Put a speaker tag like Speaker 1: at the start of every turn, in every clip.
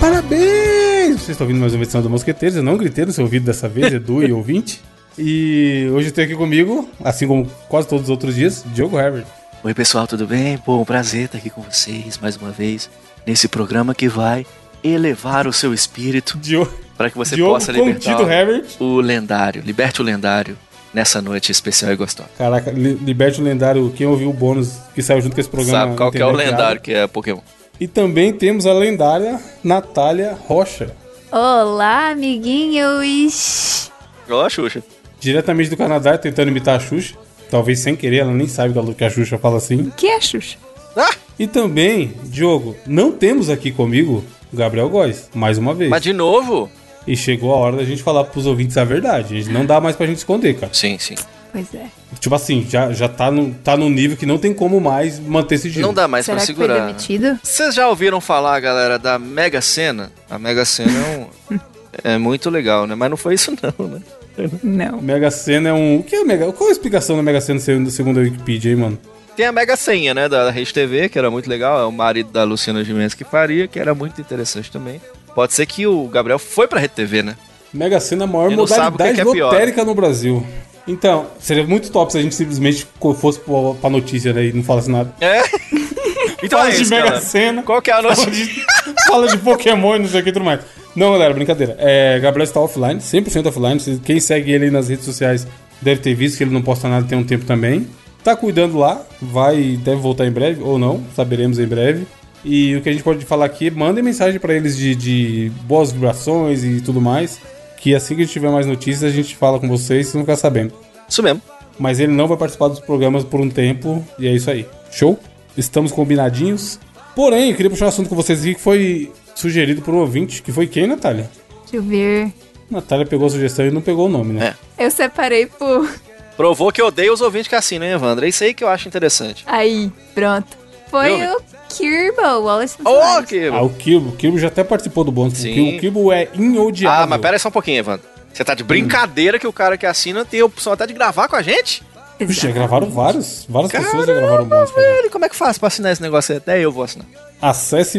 Speaker 1: Parabéns! Vocês estão ouvindo mais uma edição do Mosqueteiros. Eu não gritei no seu ouvido dessa vez, Edu e ouvinte. E hoje eu tenho aqui comigo, assim como quase todos os outros dias, Diogo Herbert.
Speaker 2: Oi pessoal, tudo bem? Bom, prazer estar aqui com vocês mais uma vez nesse programa que vai elevar o seu espírito
Speaker 1: Diogo,
Speaker 2: para que você
Speaker 1: Diogo
Speaker 2: possa libertar
Speaker 1: Contido Herbert.
Speaker 2: o lendário, liberte o lendário nessa noite especial e gostosa.
Speaker 1: Caraca, li- liberte o lendário. Quem ouviu o bônus que saiu junto com esse programa?
Speaker 2: Sabe qual que é o
Speaker 1: entendeu a piada.
Speaker 2: lendário que é Pokémon?
Speaker 1: E também temos a lendária Natália Rocha,
Speaker 3: Olá, amiguinhos!
Speaker 2: Ó, oh, Xuxa.
Speaker 1: diretamente do Canadá, tentando imitar a Xuxa. Talvez sem querer, ela nem sabe da- que a Xuxa fala assim.
Speaker 3: Que é, Xuxa?
Speaker 2: Ah,
Speaker 1: E também, Diogo, não temos aqui comigo o Gabriel Góes, mais uma vez.
Speaker 2: Mas de novo?
Speaker 1: E chegou a hora da gente falar pros ouvintes a verdade. A gente não dá mais pra gente esconder, cara.
Speaker 2: Sim, sim.
Speaker 3: Pois é.
Speaker 1: Tipo assim, já, já tá, no, tá num nível que não tem como mais manter esse
Speaker 2: Não dá mais
Speaker 3: Será
Speaker 2: pra
Speaker 3: que foi
Speaker 2: segurar.
Speaker 3: demitido?
Speaker 2: Vocês já ouviram falar, galera, da Mega Sena? A Mega Sena é, um- é muito legal, né? Mas não foi isso não, né?
Speaker 3: Não.
Speaker 1: Mega Sena é um. O que é Mega? Qual é a explicação da Mega Sena segundo segundo a Wikipedia, hein, mano?
Speaker 2: Tem a Mega Senha, né, da Rede TV, que era muito legal, é o marido da Luciana Gimenez que faria, que era muito interessante também. Pode ser que o Gabriel foi pra Rede TV, né?
Speaker 1: Mega Sena é a maior
Speaker 2: E não sabe o que é
Speaker 1: modalidade
Speaker 2: que é pior.
Speaker 1: lotérica no Brasil. Então, seria muito top se a gente simplesmente co- fosse pra, pra notícia né, e não falasse nada.
Speaker 2: É. Então
Speaker 1: Fala
Speaker 2: é
Speaker 1: de
Speaker 2: isso,
Speaker 1: Mega
Speaker 2: galera.
Speaker 1: Sena.
Speaker 2: Qual que é a nossa...
Speaker 1: Fala de, fala de Pokémon e não sei o que e tudo mais. Não, galera, brincadeira. É, Gabriel está offline, 100% offline. Vocês- Quem segue ele aí nas redes sociais deve ter visto que ele não posta nada tem um tempo também. Tá cuidando lá, vai deve voltar em breve, ou não, saberemos em breve. E o que a gente pode falar aqui, mandem mensagem para eles de, de boas vibrações e tudo mais. Que assim que a gente tiver mais notícias, a gente fala com vocês, vocês vão ficar sabendo.
Speaker 2: Isso mesmo.
Speaker 1: Mas ele não vai participar dos programas por um tempo, e é isso aí. Show? Estamos combinadinhos. Porém, eu queria puxar um assunto com vocês aqui que foi sugerido por um ouvinte, que foi quem, Natália?
Speaker 3: Deixa eu ver.
Speaker 1: Natália pegou a sugestão e não pegou o nome, né?
Speaker 2: É.
Speaker 3: Eu separei por.
Speaker 2: Provou que eu odeio os ouvintes que assinam, hein, Evandro? É isso aí que eu acho interessante.
Speaker 3: Aí, pronto. Foi
Speaker 2: Viu?
Speaker 3: o Kirby, Wallace and
Speaker 2: Ô,
Speaker 3: Soares.
Speaker 2: que...
Speaker 1: Ah, o Kirbo. O Kirbo já até participou do bônus.
Speaker 2: É, Sim.
Speaker 1: porque O Kirbo é inodiável.
Speaker 2: Ah, mas pera aí só um pouquinho, Evandro. Você
Speaker 1: Hum.
Speaker 2: tá de brincadeira que o cara que assina tem a opção até de gravar com a gente?
Speaker 1: Puxa, já
Speaker 3: Exato.
Speaker 1: gravaram vários. Várias pessoas já gravaram
Speaker 2: Caramba,
Speaker 1: bônus. pra gente.
Speaker 2: velho, como é que faz pra assinar esse negócio aí? Até eu vou assinar.
Speaker 1: Acesse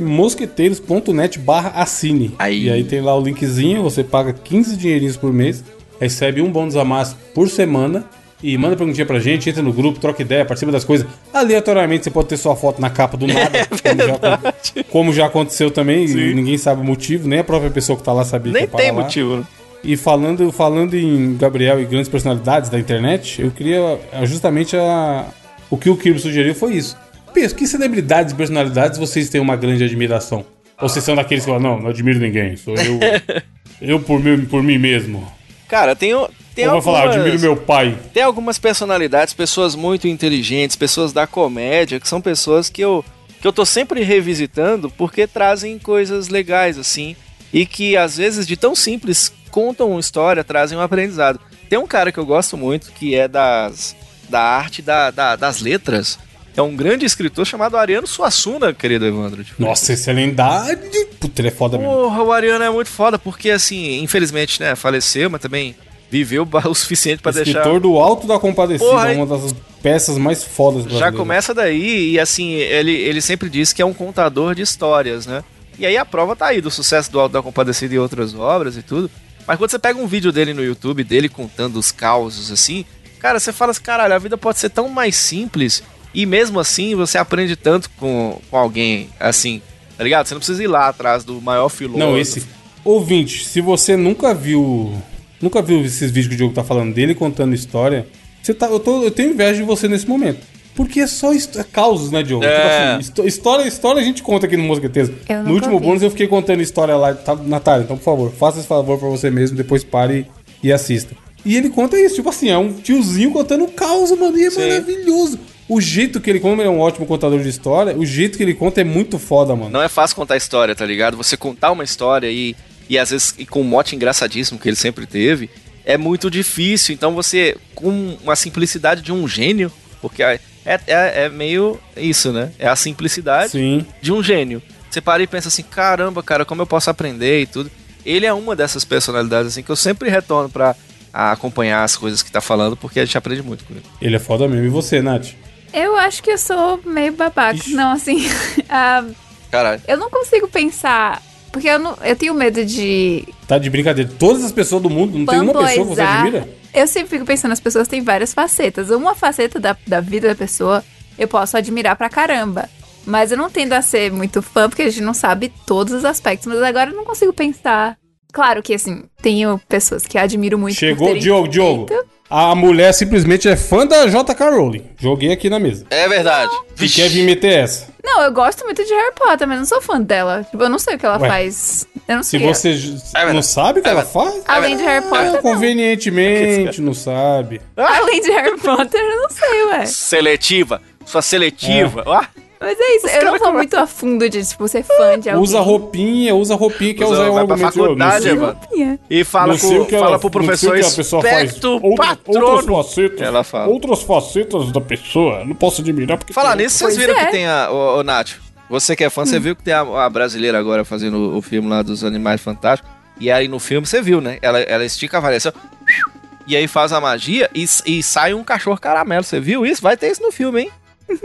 Speaker 1: mosqueteiros.net barra assine.
Speaker 2: Aí.
Speaker 1: E aí tem lá o linkzinho, você paga 15 dinheirinhos por mês, recebe um bônus a mais por semana e manda perguntinha pra gente, entra no grupo, troca ideia, participa das coisas. Aleatoriamente você pode ter sua foto na capa
Speaker 2: É
Speaker 1: do nada, como, já, acon- como já aconteceu também, e ninguém sabe o motivo, nem a própria pessoa que tá lá sabia
Speaker 2: Nem
Speaker 1: que ia parar
Speaker 2: tem
Speaker 1: lá.
Speaker 2: motivo, né?
Speaker 1: E falando, falando em Gabriel e grandes personalidades da internet, eu queria ah, justamente a, o que o Kirby sugeriu foi isso. Pensa, que celebridades e personalidades vocês têm uma grande admiração? Ou vocês são daqueles que falam, não, não admiro ninguém, sou eu. eu por mim, por mim mesmo.
Speaker 2: Cara, tem, o- tem
Speaker 1: Ou vai
Speaker 2: algumas...
Speaker 1: falar, "Ah, admiro meu pai.
Speaker 2: Tem algumas personalidades, pessoas muito inteligentes, pessoas da comédia, que são pessoas que eu, que eu tô sempre revisitando porque trazem coisas legais, assim, e que às vezes de tão simples contam uma história, trazem um aprendizado. Tem um cara que eu gosto muito que é das, da arte da, da- das letras. É um grande escritor chamado Ariano Suassuna, querido Evandro. Tipo,
Speaker 1: Nossa, esse é lendário. Puta, ele é foda mesmo.
Speaker 2: Porra, o Ariano é muito foda, porque assim, infelizmente, né, faleceu, mas também viveu ba- o suficiente pra
Speaker 1: Escritor
Speaker 2: deixar
Speaker 1: do Alto da Compadecida,
Speaker 2: Porra, hein?
Speaker 1: uma das peças mais fodas
Speaker 2: Já
Speaker 1: brasileiras.
Speaker 2: começa daí, e assim, ele, ele sempre diz que é um contador de histórias, né? E aí a prova tá aí do sucesso do Alto da Compadecida e outras obras e tudo. Mas quando você pega um vídeo dele no YouTube, dele contando os causos, assim, cara, você fala assim, caralho, a vida pode ser tão mais simples, e mesmo assim você aprende tanto com, com alguém, assim, tá ligado? Você não precisa ir lá atrás do maior filósofo.
Speaker 1: Não, esse. Ouvinte, se você nunca viu. Nunca viu esses vídeos que o Diogo tá falando dele contando história, você tá, eu, tô- eu tenho inveja de você nesse momento. Porque é só his- é causos, né, Diogo?
Speaker 2: É.
Speaker 1: Tipo assim, histó- história, história a gente conta aqui no Mosqueteiros.
Speaker 3: Eu
Speaker 1: No
Speaker 3: nunca
Speaker 1: último
Speaker 3: ouvi.
Speaker 1: bônus eu fiquei contando história lá. Tá, Natália, então por favor, faça esse favor pra você mesmo, depois pare e assista. E ele conta isso, tipo assim, é um tiozinho contando causa, mano, e é maravilhoso. O jeito que ele conta, ele é um ótimo contador de história, o jeito que ele conta é muito foda, mano.
Speaker 2: Não é fácil contar história, tá ligado? Você contar uma história e, e às vezes e com um mote engraçadíssimo que ele sempre teve, é muito difícil. Então você, com uma simplicidade de um gênio, porque é, é, é meio isso, né? É a simplicidade
Speaker 1: Sim.
Speaker 2: de um gênio. Você para e pensa assim, caramba, cara, como eu posso aprender e tudo. Ele é uma dessas personalidades assim que eu sempre retorno pra a acompanhar as coisas que tá falando, porque a gente aprende muito com ele.
Speaker 1: Ele é foda mesmo. E você, Nath?
Speaker 3: Eu acho que eu sou meio babaca.
Speaker 1: Ixi.
Speaker 3: Não, assim. ah,
Speaker 2: Caralho.
Speaker 3: eu não consigo pensar Porque eu, não, eu tenho medo de
Speaker 1: Tá de brincadeira. Todas as pessoas do mundo, não tem uma pessoa que você
Speaker 3: fanboyzar.
Speaker 1: admira?
Speaker 3: Eu sempre fico pensando, as pessoas têm várias facetas. Uma faceta da, da vida da pessoa eu posso admirar pra caramba. Mas eu não tendo a ser muito fã, porque a gente não sabe todos os aspectos. Mas agora eu não consigo pensar. Claro que, assim, tenho pessoas que admiro muito. por
Speaker 1: Chegou,
Speaker 3: terem
Speaker 1: Diogo, Diogo.
Speaker 3: feito.
Speaker 1: A mulher simplesmente é fã da J.K. Rowling. Joguei aqui na mesa.
Speaker 2: É verdade.
Speaker 1: E quer vir meter essa.
Speaker 3: Não, eu gosto muito de Harry Potter, mas não sou fã dela. Tipo, eu não sei o que ela
Speaker 1: Ué.
Speaker 3: faz. Eu não
Speaker 1: Se
Speaker 3: sei.
Speaker 1: você não
Speaker 2: É verdade.
Speaker 1: sabe o que
Speaker 2: É
Speaker 1: ela
Speaker 2: verdade.
Speaker 1: faz,
Speaker 3: Além de Harry
Speaker 1: é? ah,
Speaker 3: Potter.
Speaker 1: convenientemente não sabe.
Speaker 3: Além de Harry Potter, eu não sei, ué.
Speaker 2: Seletiva. Sua seletiva. Ah,
Speaker 3: Mas é isso, eu não
Speaker 2: caras
Speaker 3: vou muito a fundo de, tipo, ser fã de alguém.
Speaker 1: Usa roupinha, usa roupinha, quer
Speaker 2: Usa-
Speaker 1: usar o
Speaker 2: vai pra
Speaker 1: argumento. Eu não
Speaker 2: faculdade,
Speaker 1: sei-
Speaker 2: Evandro.
Speaker 3: roupinha.
Speaker 2: e fala,
Speaker 1: não sei
Speaker 2: com,
Speaker 1: o que ela-
Speaker 2: fala pro
Speaker 1: não sei o
Speaker 2: professor
Speaker 1: que a pessoa faz.
Speaker 2: espectro
Speaker 1: Outra-
Speaker 2: patrono.
Speaker 1: Outras facetas,
Speaker 2: Ela fala.
Speaker 1: outras facetas da pessoa, não posso admirar porque...
Speaker 2: Falar
Speaker 1: tem-
Speaker 2: nisso, vocês
Speaker 3: Pois
Speaker 2: viram
Speaker 3: é. Hum.
Speaker 2: que tem a. Ô, ô, Nath, você que é fã, você viu que tem a, a brasileira agora fazendo o, o filme lá dos Animais Fantásticos. E aí no filme você viu, né? Ela, ela estica a variação. E aí faz a magia e, s- e sai um cachorro caramelo. Você viu isso? Vai ter isso no filme, hein?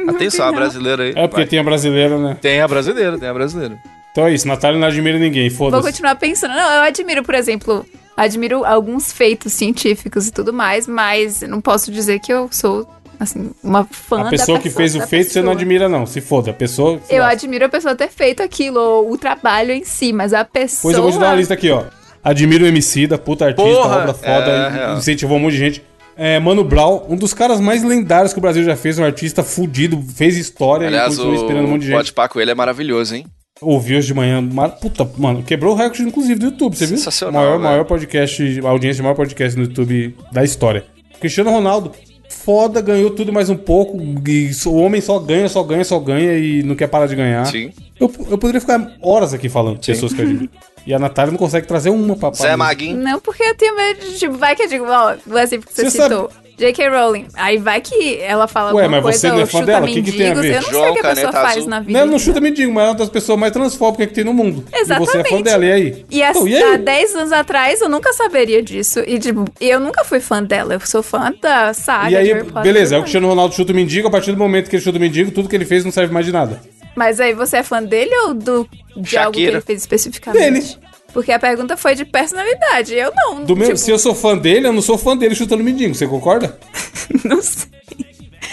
Speaker 2: Atenção, a brasileira aí.
Speaker 1: É porque
Speaker 2: Vai.
Speaker 1: tem a brasileira, né?
Speaker 2: Tem a brasileira, tem a brasileira.
Speaker 1: Então é isso, Natália não admira ninguém,
Speaker 3: Vou
Speaker 1: foda-se.
Speaker 3: continuar pensando. Não, eu admiro, por exemplo, admiro alguns feitos científicos e tudo mais, mas não posso dizer que eu sou, assim, uma fã
Speaker 1: A
Speaker 3: da
Speaker 1: pessoa que fez o
Speaker 3: da
Speaker 1: feito, você não
Speaker 3: pessoa.
Speaker 1: admira não, se foda. A pessoa... sei
Speaker 3: tá Eu
Speaker 1: lá.
Speaker 3: admiro a pessoa ter feito aquilo, ou o trabalho em si, mas a pessoa.
Speaker 1: Pois eu vou te dar uma lista aqui, ó. Admiro o MC da puta artista,
Speaker 2: Porra!
Speaker 1: obra foda,
Speaker 2: É, é.
Speaker 1: incentivou um monte de gente. É, Mano Brown, um dos caras mais lendários que o Brasil já fez, um artista fudido, fez história
Speaker 2: Aliás,
Speaker 1: e continua inspirando um monte de
Speaker 2: o
Speaker 1: gente.
Speaker 2: Pode Paco ele é maravilhoso, hein?
Speaker 1: Ouvi hoje de manhã, mar- puta, mano, quebrou o recorde inclusive do YouTube, você viu?
Speaker 2: Sensacional,
Speaker 1: Maior,
Speaker 2: velho.
Speaker 1: maior podcast, a audiência de maior podcast no YouTube da história. Cristiano Ronaldo, foda, ganhou tudo mais um pouco, e o homem só ganha, só ganha, só ganha e não quer parar de ganhar.
Speaker 2: Sim.
Speaker 1: Eu, eu poderia ficar horas aqui falando de
Speaker 2: Sim.
Speaker 1: pessoas que eu admiro. E a Natália não consegue trazer uma pra pra
Speaker 2: Zé
Speaker 1: mim.
Speaker 2: Maguinho.
Speaker 3: Não, porque eu tenho medo de. Tipo, vai que eu digo, ó, o exemplo que você,
Speaker 1: Você sabe-
Speaker 3: citou. J.K. Rowling. Aí vai que ela fala
Speaker 1: Ué,
Speaker 3: alguma
Speaker 1: mas você
Speaker 3: coisa,
Speaker 1: não é
Speaker 3: ou
Speaker 1: fã
Speaker 3: chuta
Speaker 1: dela? O que
Speaker 3: mendigos.
Speaker 1: que tem a ver?
Speaker 3: Eu não sei
Speaker 2: João,
Speaker 3: o que a pessoa
Speaker 2: caneta
Speaker 3: faz
Speaker 2: azul.
Speaker 3: na vida.
Speaker 1: Não, não chuta, me digo, mas é uma das pessoas mais transfóbicas que tem no mundo. E você é fã
Speaker 3: Exatamente.
Speaker 1: dela, e aí?
Speaker 3: E há,
Speaker 1: Então, e
Speaker 3: há
Speaker 1: aí?
Speaker 3: 10 anos atrás eu nunca saberia disso. E tipo, eu nunca fui fã dela. Eu sou fã da saga
Speaker 1: E aí,
Speaker 3: de Harry Potter.
Speaker 1: beleza, é o Cristiano Ronaldo chuta o mendigo, a partir do momento que ele chuta o mendigo, tudo que ele fez não serve mais de nada.
Speaker 3: Mas aí você é fã dele ou do, de algo que
Speaker 2: Shakira.
Speaker 3: ele fez especificamente?
Speaker 1: Dele.
Speaker 3: Porque a pergunta foi de personalidade. Eu não.
Speaker 1: Do meu,
Speaker 3: tipo,
Speaker 1: se eu sou fã dele, eu não sou fã dele chutando mendigo, você concorda?
Speaker 3: Não sei.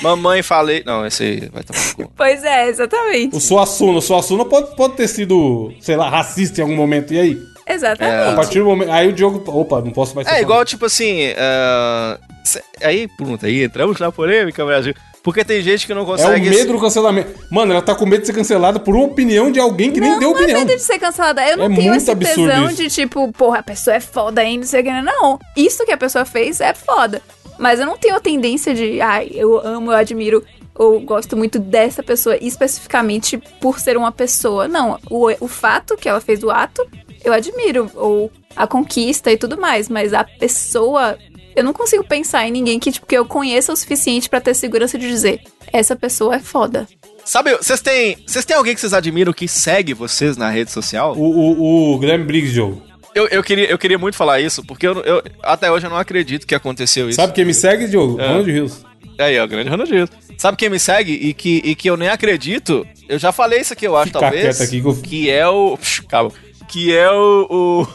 Speaker 2: Mamãe falei. Não, esse aí vai tomar no cu.
Speaker 3: Pois é, exatamente.
Speaker 1: O Suassuna, o Suassuna pode, pode ter sido, sei lá, racista em algum momento, e aí? A
Speaker 3: Exatamente.
Speaker 1: partir do momento. Aí o Diogo. Opa, não posso mais ser
Speaker 2: É
Speaker 1: fã
Speaker 2: igual, tipo assim. ah, cê- aí, pronto, aí entramos na polêmica, Brasil. Porque tem gente que não
Speaker 1: dele. É o
Speaker 2: consegue.
Speaker 1: medo do cancelamento. Mano, ela tá com medo de ser cancelada por uma opinião de alguém que nem
Speaker 3: não,
Speaker 1: deu
Speaker 3: não é
Speaker 1: opinião.
Speaker 3: medo de ser cancelada. Eu não
Speaker 1: É
Speaker 3: tenho
Speaker 1: muito
Speaker 3: esse
Speaker 1: absurdo
Speaker 3: tesão
Speaker 1: isso.
Speaker 3: de tipo, porra, a pessoa é foda ainda, não sei o que. Não, isso que a pessoa fez é foda. Mas eu não tenho a tendência de, ai, eu amo, eu admiro, ou gosto muito dessa pessoa especificamente por ser uma pessoa. Não, o, o fato que ela fez o ato, eu admiro, ou a conquista e tudo mais, mas a pessoa. Eu não consigo pensar em ninguém que, tipo, que eu conheça o suficiente pra ter segurança de dizer, essa pessoa é foda.
Speaker 2: Sabe, vocês têm, vocês têm alguém que vocês admiram que segue vocês na rede social?
Speaker 1: O, o, o Graham Briggs, Diogo.
Speaker 2: Eu, eu, queria, eu queria muito falar isso, porque eu, eu- até hoje eu não acredito que aconteceu isso.
Speaker 1: Sabe quem me segue, Diogo?
Speaker 2: É.
Speaker 1: Ronald Rios.
Speaker 2: Aí, ó, grande Ronaldinho. Sabe quem me segue e que, e que eu nem acredito? Eu já falei isso aqui, eu acho,
Speaker 1: Fica
Speaker 2: talvez.
Speaker 1: quieto aqui que eu-
Speaker 2: Que é o. Psh, calma. Que é o.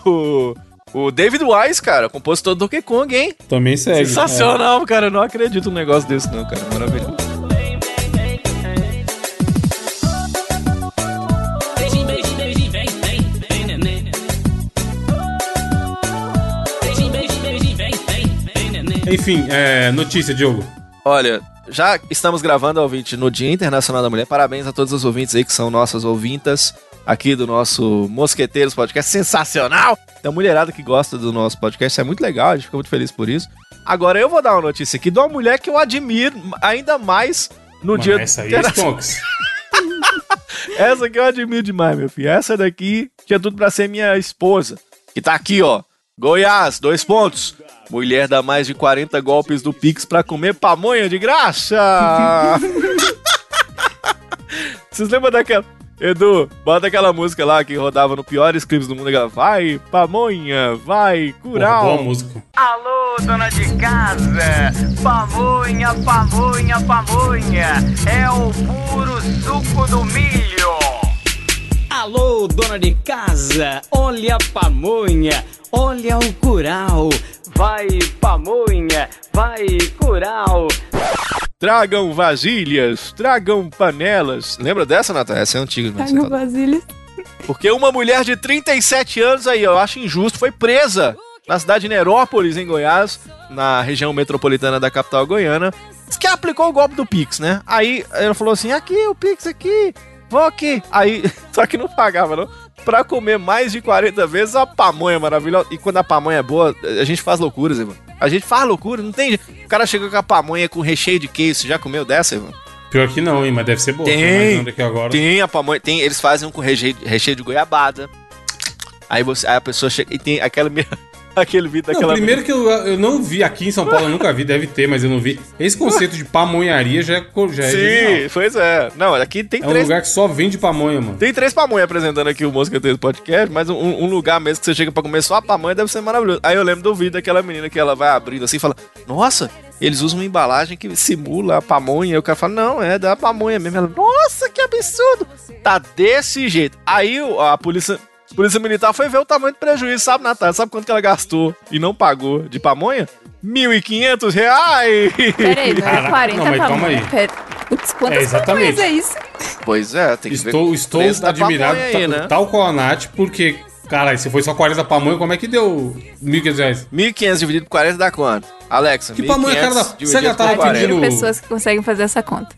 Speaker 2: o... o- o David Wise, cara, compositor do Donkey Kong, hein?
Speaker 1: Também segue.
Speaker 2: Sensacional, cara. Eu não acredito num negócio desse, não, cara. Maravilhoso.
Speaker 4: Beijinho, beijinho, beijinho, vem, vem, vem, neném. Beijinho, beijinho, beijinho, vem, vem, vem, neném.
Speaker 1: É. Enfim, é, notícia, Diogo.
Speaker 2: Olha, já estamos gravando, ouvinte, no Dia Internacional da Mulher. Parabéns a todos os ouvintes aí que são nossas ouvintas aqui do nosso Mosqueteiros Podcast. Sensacional! Tem uma mulherada que gosta do nosso podcast, isso é muito legal, a gente fica muito feliz por isso. Agora eu vou dar uma notícia aqui de uma mulher que eu admiro ainda mais no
Speaker 1: Mano,
Speaker 2: Dia
Speaker 1: essa aí é
Speaker 2: Interna-
Speaker 1: Stonks.
Speaker 2: Essa aqui eu admiro demais, meu filho. Essa daqui tinha tudo pra ser minha esposa. Que tá aqui, ó. Goiás, dois pontos. Mulher dá mais de 40 golpes do Pix pra comer pamonha de graça. Vocês lembram daquela... Edu, bota aquela música lá que rodava no piores clipes do mundo. Aquela, vai, pamonha, vai, um,
Speaker 1: Porra, boa
Speaker 2: curau.
Speaker 1: música.
Speaker 5: Alô, dona de casa, pamonha, pamonha, pamonha, é o puro suco do milho.
Speaker 4: Alô,
Speaker 6: Alô, dona de casa, olha a pamonha, olha o curau. Vai pamonha, vai curau.
Speaker 2: Tragam vasilhas, tragam panelas. Lembra dessa, Nata? Essa é antiga. mas
Speaker 3: Ai,
Speaker 2: você
Speaker 3: meu
Speaker 2: tá-
Speaker 3: vasilhas.
Speaker 2: Porque uma mulher de 37 anos aí, eu acho injusto, foi presa na cidade de Nerópolis, em Goiás, na região metropolitana da capital goiana, diz que aplicou o golpe do Pix, né? Aí ela falou assim: aqui, o Pix aqui, vou aqui. Aí, só que não pagava, não. Pra comer mais de 40 vezes a pamonha é maravilhosa. E quando a pamonha é boa, a gente faz loucuras, Ivan. A gente faz loucura, não tem jeito. O cara chega com a pamonha com recheio de queijo, você já comeu dessa, Ivan?
Speaker 1: Pior que não, hein? Mas deve ser boa.
Speaker 2: Tem.
Speaker 1: Tô imaginando aqui agora.
Speaker 2: Tem a pamonha, tem, eles fazem um com recheio, recheio de goiabada. Aí você, aí a pessoa chega e tem aquela me- aquele vídeo
Speaker 1: Não,
Speaker 2: daquela
Speaker 1: primeiro que eu, eu não vi aqui em São Paulo, eu nunca vi, deve ter, mas eu não vi. Esse conceito de pamonharia já é, co- já é
Speaker 2: Sim,
Speaker 1: original.
Speaker 2: pois é. Não, aqui tem
Speaker 1: É um
Speaker 2: três
Speaker 1: lugar que só vende pamonha, mano.
Speaker 2: Tem três pamonhas apresentando aqui o Mosqueteiro Podcast, mas um, um lugar mesmo que você chega pra comer só a pamonha deve ser maravilhoso. Aí eu lembro do vídeo daquela menina que ela vai abrindo assim e fala: Nossa, eles usam uma embalagem que simula a pamonha. Aí o cara fala: Não, é da pamonha mesmo. Ela: Nossa, que absurdo! Tá desse jeito. Aí o- a polícia. a Polícia Militar foi ver o tamanho do prejuízo, sabe, Natália? Sabe quanto que ela gastou e não pagou de pamonha? R$ 1.500 reais!
Speaker 3: Peraí, não é
Speaker 1: Caraca,
Speaker 3: era 40
Speaker 1: não, mas calma
Speaker 3: pamonha.
Speaker 1: aí.
Speaker 3: Pera... Putz,
Speaker 1: É,
Speaker 3: quantas
Speaker 1: exatamente.
Speaker 3: pamonhas é isso?
Speaker 2: Pois é, tem que ver.
Speaker 1: Estou,
Speaker 2: o
Speaker 1: estou
Speaker 2: preço da
Speaker 1: admirado, Tá
Speaker 2: pamonha aí,
Speaker 1: ta-
Speaker 2: né?
Speaker 1: tal qual a Nath, porque, caralho, se foi só 40 pamonha, como é que deu 1.500 reais?
Speaker 2: 1.500 dividido por 40 dá quanto? Alexa,
Speaker 1: Que pamonha, cara, da-
Speaker 2: 1.500
Speaker 1: você já tá
Speaker 2: dividido
Speaker 1: tava
Speaker 2: por 40.
Speaker 1: pedindo-
Speaker 3: Tem pessoas que conseguem fazer essa conta.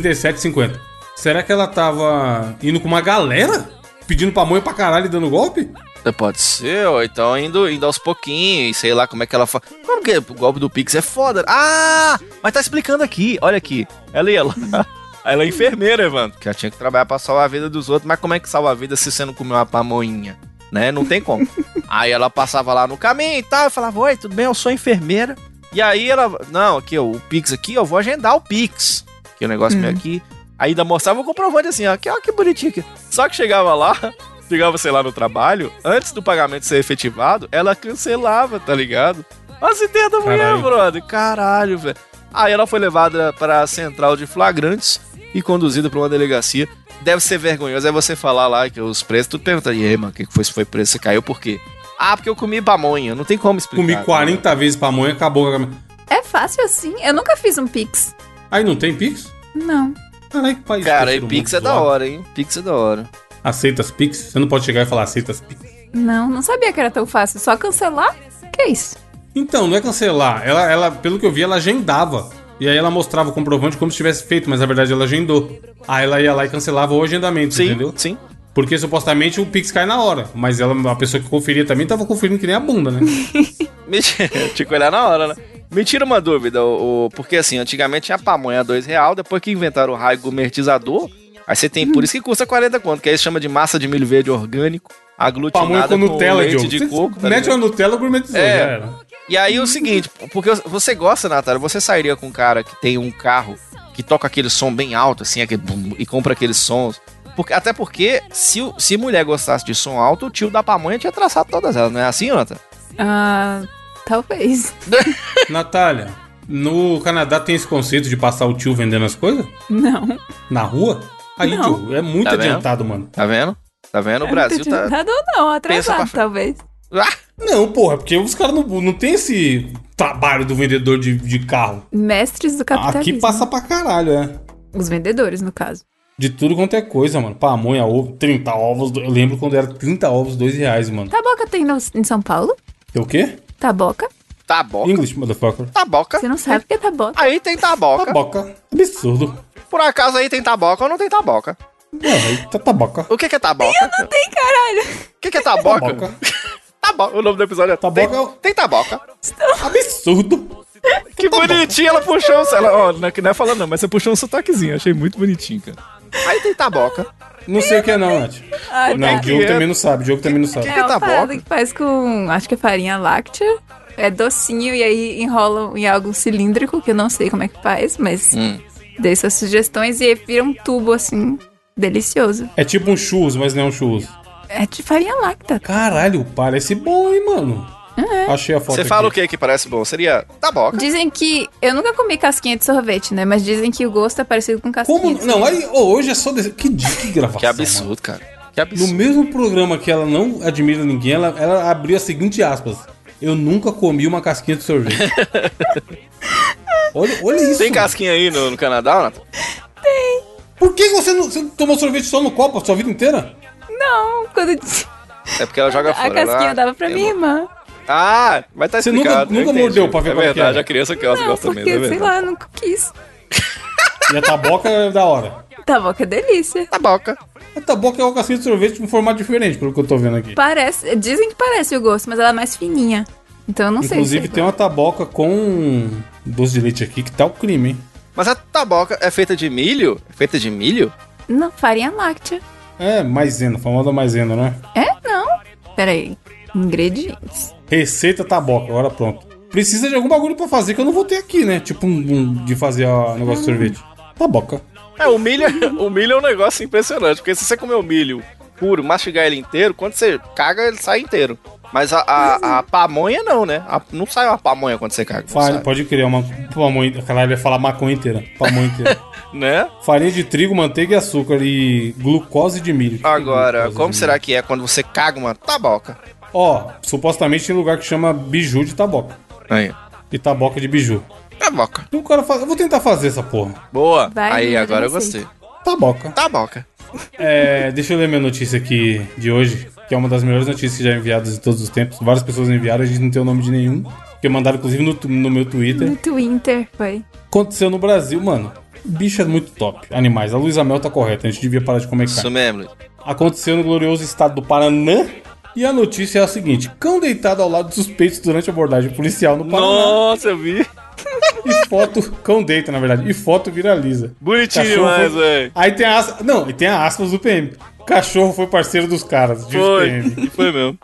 Speaker 1: 37,50. Será que ela tava indo com uma galera? Pedindo pamonha pra caralho e dando golpe?
Speaker 2: Pode ser, ou então indo, indo aos pouquinhos, sei lá como é que ela faz. Como que o golpe do Pix é foda? Ah! Mas tá explicando aqui, olha aqui. Ela ia lá. Ela é enfermeira, Evandro. Que ela tinha que trabalhar pra salvar a vida dos outros. Mas como é que salva a vida se você não comeu uma pamonhinha? Né? Não tem como. aí ela passava lá no caminho e tal, eu falava, oi, tudo bem? Eu sou enfermeira. E aí ela, não, aqui, ó, o Pix aqui, eu vou agendar o Pix. Que o negócio meio aqui. Ainda mostrava o comprovante assim, ó, que, ó, que bonitinho aqui. Só que chegava lá, chegava, sei lá, no trabalho, antes do pagamento ser efetivado, ela cancelava, tá ligado? Olha se ideia da mulher,
Speaker 1: Caralho.
Speaker 2: brother. Caralho, velho. Aí ela foi levada pra central de flagrantes e conduzida pra uma delegacia. Deve ser vergonhoso, é você falar lá que os preços, tu pergunta, e aí, mano, o que que foi? Se foi preço, você caiu por quê? Ah, porque eu comi pamonha, não tem como explicar. tá
Speaker 1: Comi 40 vezes pamonha, acabou. com a minha-
Speaker 3: É fácil assim? Eu nunca fiz um Pix.
Speaker 1: Aí não tem Pix?
Speaker 3: Não.
Speaker 1: Caralho, que país.
Speaker 2: Cara,
Speaker 1: terceiro
Speaker 2: aí Pix
Speaker 1: mundo
Speaker 2: é da
Speaker 1: zoado.
Speaker 2: hora, hein? Pix é da hora.
Speaker 1: Aceita as Pix? Você não pode chegar e falar aceita as Pix.
Speaker 3: Não, não sabia que era tão fácil. Só cancelar? Que isso?
Speaker 1: Então, não é cancelar. Ela, ela, pelo que eu vi, ela agendava. E aí ela mostrava o comprovante como se tivesse feito, mas na verdade ela agendou. Aí ela ia lá e cancelava o agendamento,
Speaker 2: Sim,
Speaker 1: entendeu?
Speaker 2: sim.
Speaker 1: Porque supostamente o Pix cai na hora. Mas ela, a pessoa que conferia também tava conferindo que nem a bunda, né?
Speaker 2: Me tira- Tinha que olhar na hora, né? Me tira uma dúvida, o, o- porque assim, antigamente tinha pamonha a dois real, depois que inventaram o raio gourmetizador, aí você tem, por isso que custa 40 conto, que aí chama de massa de milho verde orgânico, aglutinada
Speaker 1: Pamonha com Nutella,
Speaker 2: leite
Speaker 1: Diogo.
Speaker 2: de
Speaker 1: Você
Speaker 2: coco, tá
Speaker 1: mete
Speaker 2: ligado?
Speaker 1: uma Nutella gourmetizou,
Speaker 2: É.
Speaker 1: já era.
Speaker 2: E aí é o seguinte, porque você gosta, Natália, você sairia com um cara que tem um carro que toca aquele som bem alto, assim, aquele bum, e compra aqueles sons. Porque, até porque, se, o- se mulher gostasse de som alto, o tio da pamonha tinha traçado todas elas, não é assim, Natália?
Speaker 3: Ah, talvez.
Speaker 1: Natália, no Canadá tem esse conceito de passar o tio vendendo as coisas?
Speaker 3: Não.
Speaker 1: Na rua? Aí,
Speaker 3: Não.
Speaker 1: tio, é muito
Speaker 2: Tá vendo?
Speaker 1: adiantado, mano.
Speaker 2: Tá vendo? Tá vendo? O
Speaker 3: Eu
Speaker 2: Brasil
Speaker 3: nunca
Speaker 2: tá, Ah,
Speaker 3: tive Nada ou não,
Speaker 2: Pensa
Speaker 3: atrasado,
Speaker 2: pra-
Speaker 3: talvez.
Speaker 1: Não, porra, porque os caras não, não tem esse trabalho do vendedor de, de carro.
Speaker 3: Mestres do capitalismo.
Speaker 1: Aqui passa pra caralho, é.
Speaker 3: Os vendedores, no caso.
Speaker 1: De tudo quanto é coisa, mano. Pamonha, ovo, 30 ovos. do- Eu lembro quando era 30 ovos, 2 reais, mano.
Speaker 3: Taboca tem no- em São Paulo?
Speaker 1: É o quê?
Speaker 3: Taboca?
Speaker 2: Taboca.
Speaker 1: English, motherfucker.
Speaker 2: Taboca.
Speaker 3: Você não sabe o que é taboca.
Speaker 2: Aí tem taboca.
Speaker 1: Taboca. Absurdo.
Speaker 2: Por acaso aí tem taboca ou não tem taboca?
Speaker 1: Não, aí tá taboca.
Speaker 2: O que que é taboca?
Speaker 1: Ah,
Speaker 3: Tem, caralho.
Speaker 2: O que que é taboca?
Speaker 1: Taboca.
Speaker 2: Taboca. O nome do episódio é
Speaker 1: Taboca é o-
Speaker 2: Tem, tem taboca.
Speaker 1: Absurdo.
Speaker 2: Que
Speaker 3: Tá
Speaker 2: bonitinho, ela puxou um... Ela, ó, não é que não é falando não, mas você puxou um sotaquezinho. Achei muito bonitinho, cara. Aí tem taboca.
Speaker 1: Não sei o que é, não, Nath.
Speaker 3: Ah,
Speaker 1: Não, o Diogo também não sabe. O Diogo também não sabe.
Speaker 2: que é
Speaker 3: É uma
Speaker 2: taboca?
Speaker 3: parada que faz com, acho que é farinha láctea. É docinho e aí enrolam em algo cilíndrico, que eu não sei como é que faz, mas
Speaker 1: Hum.
Speaker 3: dei suas sugestões e aí vira um tubo assim, delicioso.
Speaker 1: É tipo um churros, mas não é um churros.
Speaker 3: É de farinha láctea.
Speaker 1: Caralho, parece bom, hein, mano. Achei a foto
Speaker 2: Você
Speaker 1: aqui.
Speaker 2: fala o que que parece bom? Seria taboca.
Speaker 3: Dizem que. Eu nunca comi casquinha de sorvete, né? Mas dizem que o gosto é parecido com casquinha.
Speaker 1: Como?
Speaker 3: de
Speaker 1: Não,
Speaker 3: sorvete.
Speaker 1: aí, ô, hoje é só... desse- Que dica que gravação,
Speaker 2: Que absurdo, cara.
Speaker 1: mano.
Speaker 2: Que
Speaker 1: No
Speaker 2: absurdo.
Speaker 1: mesmo programa que ela não admira ninguém, ela, ela abriu a seguinte aspas. Eu nunca comi uma casquinha de sorvete. olha, olha isso.
Speaker 2: Tem
Speaker 1: mano.
Speaker 2: casquinha aí no, no Canadá, Nathan?
Speaker 1: Por que você não, você não tomou sorvete só no copo a sua vida inteira?
Speaker 3: Não, quando
Speaker 2: É porque ela joga
Speaker 3: a
Speaker 2: fora.
Speaker 3: casquinha
Speaker 2: ela-
Speaker 3: dava pra
Speaker 2: eu
Speaker 3: minha
Speaker 2: não-
Speaker 3: irmã.
Speaker 2: Ah, mas tá
Speaker 1: Você
Speaker 2: explicado.
Speaker 1: nunca-
Speaker 2: eu
Speaker 1: nunca
Speaker 2: entendi.
Speaker 1: mordeu pra ver
Speaker 2: É
Speaker 1: qual que
Speaker 2: verdade,
Speaker 1: era.
Speaker 2: a criança que elas
Speaker 3: Não,
Speaker 2: gostam
Speaker 3: porque,
Speaker 2: mesmo. É
Speaker 3: sei
Speaker 2: verdade.
Speaker 3: lá, nunca quis.
Speaker 1: E a taboca é da hora.
Speaker 3: Tá bom, que delícia.
Speaker 2: Na boca.
Speaker 1: A taboca é uma casquinha de sorvete com um formato diferente, pelo que eu tô vendo aqui.
Speaker 3: Parece, dizem que parece o gosto, mas ela é mais fininha. Então eu não sei.
Speaker 1: Inclusive
Speaker 3: se é
Speaker 1: tem uma taboca com doce de leite aqui que tá o crime, hein?
Speaker 2: Mas a taboca é feita de milho? É feita de milho?
Speaker 3: gosto. Não, farinha láctea.
Speaker 1: É, maisena, famosa maisena, né?
Speaker 3: É? Não. Pera aí. Ingredientes.
Speaker 1: Receita taboca, agora pronto. Precisa de algum bagulho pra fazer que eu não vou ter aqui, né? Tipo um, um de fazer o negócio de sorvete. Taboca.
Speaker 2: É, o milho, o milho é um negócio impressionante, porque se você comer o milho puro, mastigar ele inteiro, quando você caga, ele sai inteiro. Mas a, a, a pamonha não, né? A- não sai uma pamonha quando você caga. não
Speaker 1: Farinha,
Speaker 2: sai.
Speaker 1: pode criar uma pamonha. Caralho, ia falar maconha inteira. Pamonha inteira.
Speaker 2: Né?
Speaker 1: Farinha de trigo, manteiga e açúcar e glucose de milho.
Speaker 2: Agora, como será que é quando você caga uma taboca?
Speaker 1: Ó, supostamente tem lugar que chama biju de taboca.
Speaker 2: Aí.
Speaker 1: E taboca de biju.
Speaker 2: Taboca.
Speaker 1: Então o cara fala, eu vou tentar fazer essa porra.
Speaker 2: Boa.
Speaker 3: Vai,
Speaker 2: Aí,
Speaker 3: Nina,
Speaker 2: agora eu
Speaker 3: receita.
Speaker 2: gostei.
Speaker 1: Taboca.
Speaker 2: Taboca.
Speaker 1: É, deixa eu ler minha notícia aqui de hoje, que é uma das melhores notícias já enviadas de todos os tempos. Várias pessoas enviaram, a gente não tem o nome de nenhum. Porque mandaram, inclusive, no, tu- no meu Twitter.
Speaker 3: No Twitter, foi.
Speaker 1: Aconteceu no Brasil, mano. Bicho é muito top. Animais. A Luísa Mel tá correta, a gente devia parar de comer carne.
Speaker 2: Isso mesmo. Luiz.
Speaker 1: aconteceu no glorioso estado do Paraná. E a notícia é a seguinte: cão deitado ao lado de suspeitos durante abordagem policial no Paraná.
Speaker 2: Nossa, eu vi.
Speaker 1: E foto, cão deita, na verdade, e foto viraliza.
Speaker 2: Bonitinho
Speaker 1: Cachorro
Speaker 2: demais,
Speaker 1: foi-
Speaker 2: velho.
Speaker 1: Aí tem a aspas. Não, e tem a aspas do PM. Cachorro foi parceiro dos caras, diz
Speaker 2: Foi.
Speaker 1: PM.
Speaker 2: E foi mesmo.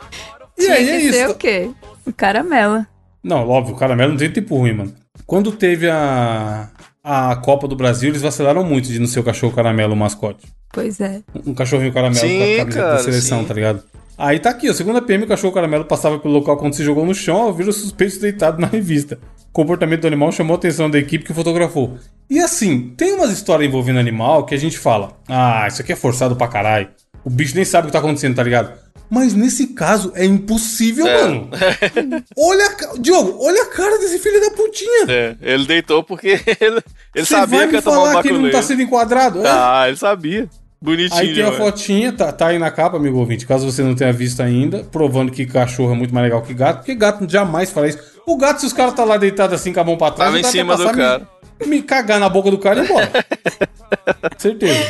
Speaker 1: E aí é
Speaker 3: Tinha que ser o
Speaker 1: isso.
Speaker 3: quê? O caramelo.
Speaker 1: Não, óbvio, o caramelo não tem tempo ruim, mano. Quando teve a, a Copa do Brasil, eles vacilaram muito de não ser o cachorro caramelo o mascote.
Speaker 3: Pois é.
Speaker 1: um cachorrinho caramelo
Speaker 2: Sim,
Speaker 1: com a camiseta
Speaker 2: cara,
Speaker 1: da seleção,
Speaker 2: sim.
Speaker 1: tá ligado? Aí tá aqui, ó. Segunda PM, o cachorro caramelo passava pelo local quando se jogou no chão ao ver os suspeitos deitados na revista. O comportamento do animal chamou a atenção da equipe que fotografou. E assim, tem umas histórias envolvendo animal que a gente fala: ah, isso aqui é forçado pra caralho. O bicho nem sabe o que tá acontecendo, tá ligado? Mas nesse caso é impossível, mano. olha, a ca- Diogo, olha a cara desse filho da putinha.
Speaker 2: É, ele deitou porque ele, ele
Speaker 1: Você
Speaker 2: sabia
Speaker 1: vai
Speaker 2: que
Speaker 1: me
Speaker 2: ia tomar um
Speaker 1: falar que ele não
Speaker 2: baculeiro.
Speaker 1: tá sendo enquadrado? É.
Speaker 2: Ah, ele sabia. Bonitinho
Speaker 1: Aí tem a
Speaker 2: demais.
Speaker 1: fotinha, tá, tá aí na capa, amigo ouvinte, caso você não tenha visto ainda, provando que cachorro é muito mais legal que gato, porque gato jamais fala isso. O gato, se os caras tá lá deitado assim com a mão pra trás,
Speaker 2: Tava
Speaker 1: o
Speaker 2: em
Speaker 1: gato ia
Speaker 2: cima do
Speaker 1: passar, me-
Speaker 2: cara.
Speaker 1: Me, cagar na boca do cara e ir embora. Certeza.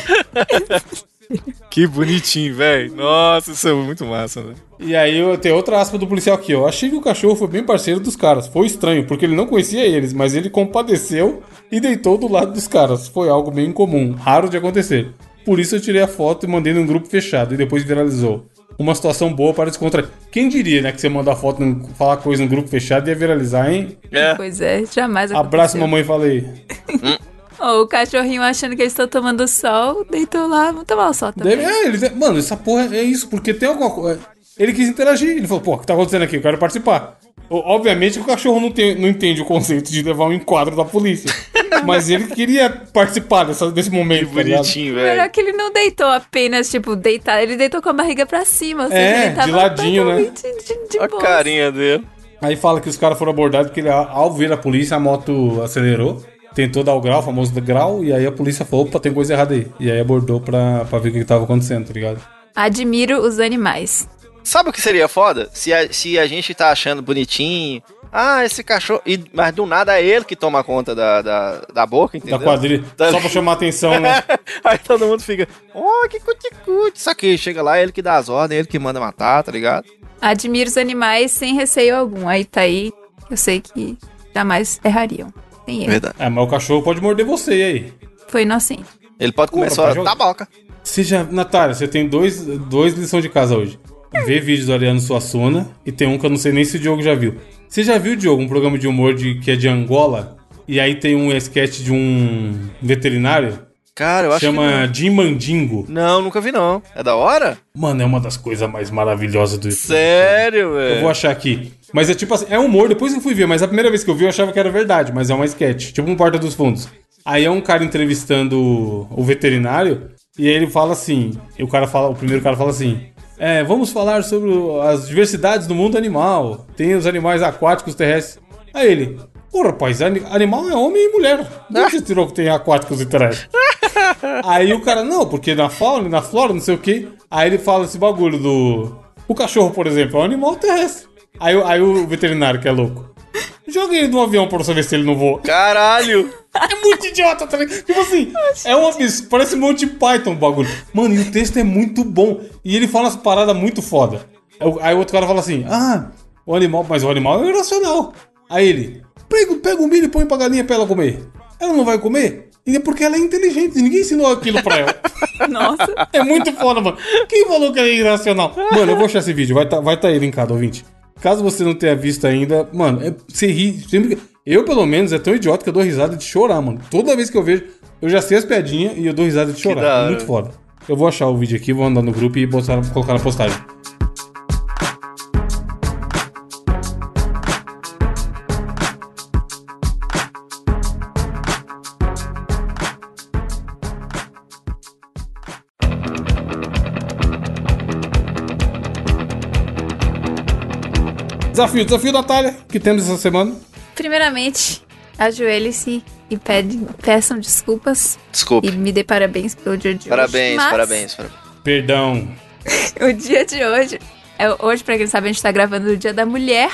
Speaker 2: Que bonitinho, velho. Nossa, isso é muito massa, velho.
Speaker 1: E aí eu- tem outra aspa do policial aqui, ó. Achei que o cachorro foi bem parceiro dos caras. Foi estranho, porque ele não conhecia eles, mas ele compadeceu e deitou do lado dos caras. Foi algo bem incomum, raro de acontecer. Por isso eu tirei a foto e mandei num grupo fechado e depois viralizou. Uma situação boa para descontrair. Quem diria, né, que você mandar foto, num- falar coisa num grupo fechado ia viralizar, hein?
Speaker 2: É.
Speaker 3: Pois é, jamais aconteceu.
Speaker 1: Abraço, mamãe, falei.
Speaker 3: Ó, o cachorrinho achando que eles estão tomando sol, deitou lá, vamos tomar o sol também.
Speaker 1: Deve, é, ele deve- mano, essa porra é isso, porque tem alguma coisa. Ele quis interagir, ele falou, pô, o que tá acontecendo aqui? Eu quero participar. O- Obviamente que o cachorro não, tem, não entende o conceito de levar um enquadro da polícia. mas ele queria participar dessa- desse
Speaker 2: Que
Speaker 1: momento. tá ligado?
Speaker 2: bonitinho,
Speaker 3: Melhor
Speaker 2: velho.
Speaker 3: que ele não deitou apenas, tipo, deitar. Ele deitou com a barriga pra cima. Ou seja,
Speaker 1: É,
Speaker 3: ele tava
Speaker 1: de ladinho, né?
Speaker 3: totalmente De, de
Speaker 2: Olha a
Speaker 3: boa.
Speaker 2: carinha dele.
Speaker 1: Aí fala que os caras foram abordados porque ele, ao ver a polícia, a moto acelerou, tentou dar o grau, o famoso grau, e aí a polícia falou, opa, tem coisa errada aí. E aí abordou pra, pra ver o que, que tava acontecendo, tá ligado?
Speaker 3: Admiro os animais.
Speaker 2: Sabe o que seria foda? Se a, se a gente tá achando bonitinho. Ah, esse cachorro. E, mas do nada é ele que toma conta da, da, da boca, entendeu?
Speaker 1: Da quadrilha.
Speaker 2: Tá-
Speaker 1: Só pra chamar atenção, né?
Speaker 2: Aí todo mundo fica. Oh, que cuticute. Só que chega lá, ele que dá as ordens, ele que manda matar, tá ligado?
Speaker 3: Admiro os animais sem receio algum. Aí tá aí, eu sei que jamais errariam. Sem erro.
Speaker 2: Verdade.
Speaker 1: É, mas o cachorro pode morder você e aí.
Speaker 3: Foi inocente.
Speaker 2: Ele pode comer
Speaker 1: Pô,
Speaker 2: só
Speaker 1: rapaz, eu-
Speaker 2: taboca.
Speaker 1: Seja, Natália, você tem dois, dois lições de casa hoje. Vê vídeos do Ariano Suassuna e tem um que eu não sei nem se o Diogo já viu. Você já viu, Diogo, um programa de humor de, que é de Angola? E aí tem um sketch de um veterinário?
Speaker 2: Cara, eu acho
Speaker 1: chama
Speaker 2: que.
Speaker 1: Jim Mandingo.
Speaker 2: Não. não, nunca vi não. É da hora?
Speaker 1: Mano, é uma das coisas mais maravilhosas do YouTube.
Speaker 2: Sério, velho.
Speaker 1: Eu vou achar aqui. Mas é tipo assim, é humor, depois eu fui ver, mas a primeira vez que eu vi eu achava que era verdade, mas é uma sketch, tipo um Porta dos Fundos. Aí é um cara entrevistando o veterinário, E aí ele fala assim, e o cara fala, o primeiro cara fala assim: "É, vamos falar sobre o- as diversidades do mundo animal. Tem os animais aquáticos, terrestres". Aí ele: "Pô, rapaz, ani- animal é homem e mulher. De onde você tirou que tem aquáticos e terrestres?" Aí o cara, não, porque na fauna, na flora, não sei o que. Aí ele fala esse bagulho do. O cachorro, por exemplo, é um animal terrestre. Aí, o- aí o veterinário, que é louco. Joga ele num avião pra você ver se ele não voa.
Speaker 2: Caralho!
Speaker 1: É muito idiota, tá ligado? Tipo assim, é um absurdo. Parece um monte de Python o bagulho. Mano, e o texto é muito bom. E ele fala umas paradas muito foda. Aí o- Aí o outro cara fala assim: Ah, o animal, mas o animal é irracional. Aí ele: Pega, pega um milho e põe pra galinha pra ela comer. Ela não vai comer? E é porque ela é inteligente, ninguém ensinou aquilo pra ela.
Speaker 3: Nossa.
Speaker 1: É muito foda, mano. Quem falou que era irracional? Mano, eu vou achar esse vídeo. Vai tá, vai tá aí linkado, ouvinte. Caso você não tenha visto ainda, mano, é, você ri. Sempre, que- eu, pelo menos, é tão idiota que eu dou risada de chorar, mano. Toda vez que eu vejo, eu já sei as piadinhas e eu dou risada de
Speaker 2: da
Speaker 1: chorar. É
Speaker 2: hora.
Speaker 1: muito foda. Eu vou achar o vídeo aqui, vou andar no grupo e botar, colocar na postagem. Desafio, desafio da Natália, que temos essa semana.
Speaker 3: Primeiramente, ajoelhe-se e pede, peçam desculpas
Speaker 2: Desculpa.
Speaker 3: e me dê parabéns pelo dia de hoje.
Speaker 2: Parabéns,
Speaker 3: Mas
Speaker 2: parabéns, parabéns.
Speaker 1: Perdão.
Speaker 3: O dia de hoje. É, hoje, pra quem não sabe, a gente tá gravando o Dia da Mulher.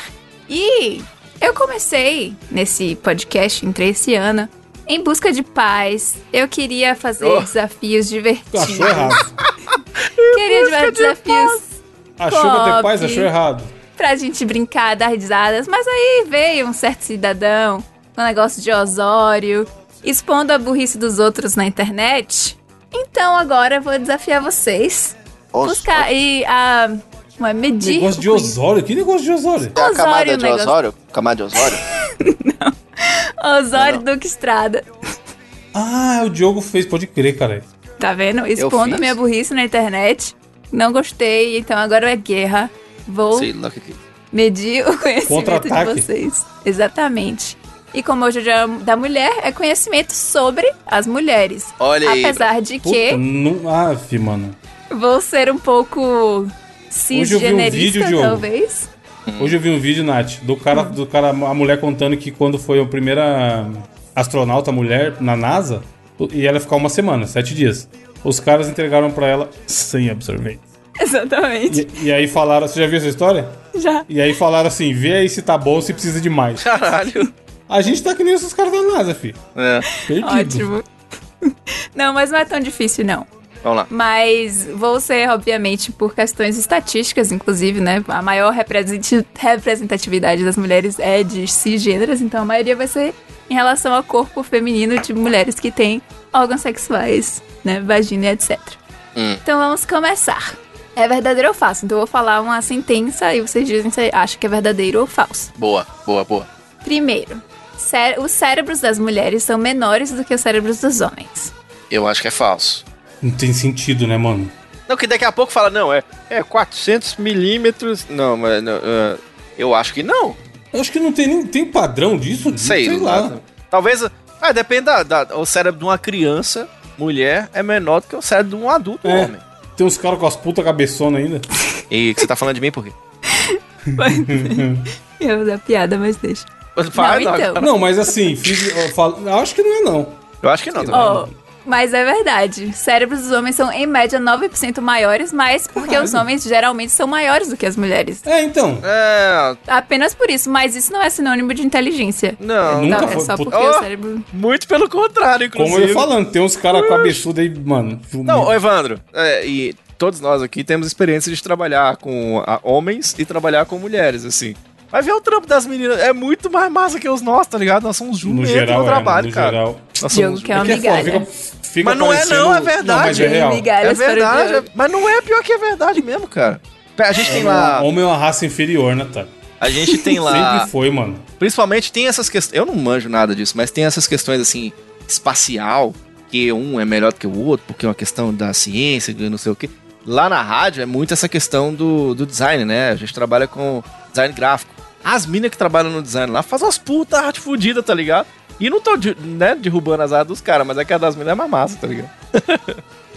Speaker 3: E eu comecei nesse podcast, entrei esse ano, em busca de paz. Eu queria fazer
Speaker 2: Oh.
Speaker 3: desafios divertidos.
Speaker 1: Achou errado.
Speaker 3: Queria diversos desafios
Speaker 1: Achou que eu ter paz,
Speaker 3: Pobre.
Speaker 1: achou errado.
Speaker 3: pra gente brincar, dar risadas. Mas aí veio um certo cidadão, um negócio de Osório, expondo a burrice dos outros na internet. Então agora eu vou desafiar vocês. buscar e a. Uma medir.
Speaker 1: Negócio de
Speaker 3: o-
Speaker 1: Osório? Que negócio de Osório?
Speaker 2: É a camada
Speaker 3: Osório,
Speaker 2: de
Speaker 3: negócio.
Speaker 2: Osório? Camada de Osório?
Speaker 3: Osório
Speaker 2: Não,
Speaker 3: Duque Estrada.
Speaker 1: Ah, o Diogo fez, pode crer, cara.
Speaker 3: Tá vendo? Expondo
Speaker 2: fiz.
Speaker 3: minha burrice na internet. Não gostei, então agora é guerra. Vou
Speaker 2: Sei lá o que que-
Speaker 3: medir o conhecimento de
Speaker 1: Contra-ataque.
Speaker 3: vocês. Exatamente. E como hoje é o dia da mulher, é conhecimento sobre as mulheres.
Speaker 2: Olha aí.
Speaker 3: Apesar de
Speaker 1: Puta, né?
Speaker 3: que
Speaker 1: não. Aff, mano.
Speaker 3: vou ser um pouco
Speaker 1: Hoje eu vi um vídeo,
Speaker 3: cisgenerista,
Speaker 1: Diogo.
Speaker 3: talvez.
Speaker 1: Hoje eu vi um vídeo, Nath, do cara, do cara, a mulher contando que quando foi a primeira astronauta mulher na NASA, e ela ficar uma semana, sete dias. Os caras entregaram pra ela sem absorvente.
Speaker 3: Exatamente.
Speaker 1: E, e aí falaram, você já viu essa história?
Speaker 3: Já.
Speaker 1: E aí falaram assim, vê aí se tá bom, se precisa de mais.
Speaker 2: Caralho.
Speaker 1: A gente tá que nem esses caras da NASA, fi.
Speaker 2: É.
Speaker 1: Perdido.
Speaker 3: Ótimo. Não, mas não é tão difícil, não.
Speaker 2: Vamos lá.
Speaker 3: Mas vou ser, obviamente, por questões estatísticas, inclusive, né? A maior representi- representatividade das mulheres é de cisgêneras, então a maioria vai ser em relação ao corpo feminino de mulheres que têm órgãos sexuais, né? Vagina e etc.
Speaker 2: Hum.
Speaker 3: Então vamos começar. É verdadeiro ou falso? Então eu vou falar uma sentença e vocês dizem se acha que é verdadeiro ou falso.
Speaker 2: Boa, boa, boa.
Speaker 3: Primeiro, cé- os cérebros das mulheres são menores do que os cérebros dos homens.
Speaker 2: Eu acho que é falso.
Speaker 1: Não tem sentido, né, mano?
Speaker 2: Não, que daqui a pouco fala, não, é, é 400 milímetros. Não, mas não, é, eu acho que não.
Speaker 1: Eu acho que não tem nem tem padrão disso.
Speaker 2: Sei, lá. Talvez. Ah, depende da, da- O cérebro de uma criança, mulher, é menor do que o cérebro de um adulto,
Speaker 1: É.
Speaker 2: homem.
Speaker 1: Tem uns caras com as putas cabeçona ainda.
Speaker 2: E que você tá falando de mim por quê?
Speaker 3: Eu vou dar piada, mas deixa.
Speaker 2: Vai,
Speaker 3: não,
Speaker 2: não,
Speaker 3: então.
Speaker 1: Não, mas assim, fiz, eu falo- eu acho que não é não.
Speaker 2: Eu acho que não também.
Speaker 3: Ó, mas é verdade. Cérebros dos homens são, em média, 9% maiores, mas porque
Speaker 1: Caralho.
Speaker 3: os homens geralmente são maiores do que as mulheres.
Speaker 1: É, então.
Speaker 2: É.
Speaker 3: Apenas por isso, mas isso não é sinônimo de inteligência.
Speaker 2: Não.
Speaker 1: Nunca
Speaker 3: Não, é
Speaker 1: foi.
Speaker 3: só
Speaker 1: Puta-
Speaker 3: porque o
Speaker 2: Oh!
Speaker 3: cérebro.
Speaker 2: Muito pelo contrário, inclusive.
Speaker 1: Como eu ia falando, tem uns caras cabeçudos aí, mano.
Speaker 2: Não, ô, Evandro, é, e todos nós aqui temos experiência de trabalhar com ah, homens e trabalhar com mulheres, assim. Mas ver o trampo das meninas é muito mais massa que os nossos, tá ligado? Nós somos
Speaker 1: no
Speaker 2: jumentos no,
Speaker 1: geral, é,
Speaker 2: trabalho,
Speaker 1: no
Speaker 2: cara.
Speaker 1: geral.
Speaker 2: Nós
Speaker 3: Diogo,
Speaker 2: somos
Speaker 3: que é uma
Speaker 1: que foda,
Speaker 3: migalha.
Speaker 1: fica, fica
Speaker 2: Mas não é
Speaker 1: parecendo-
Speaker 2: não, é
Speaker 1: Não, mas
Speaker 2: verdade.
Speaker 1: é real.
Speaker 2: É
Speaker 3: Migalhas para o
Speaker 2: verdade,
Speaker 3: Diogo.
Speaker 2: é- mas não é pior que é verdade mesmo, cara. Pe- A gente tem lá.
Speaker 1: Homem é uma raça inferior, né, tá?
Speaker 2: A gente tem lá.
Speaker 1: Sempre foi, mano.
Speaker 2: Principalmente tem essas questões. Eu não manjo nada disso, mas tem essas questões assim, espacial, que um é melhor do que o outro, porque é uma questão da ciência, de não sei o quê. Lá na rádio é muito essa questão do, do design, né? A gente trabalha com design gráfico. As minas que trabalham no design lá fazem umas puta arte fodida, tá ligado? E não tô de- né, derrubando as artes dos caras, mas é que a das minas é mais massa, tá ligado?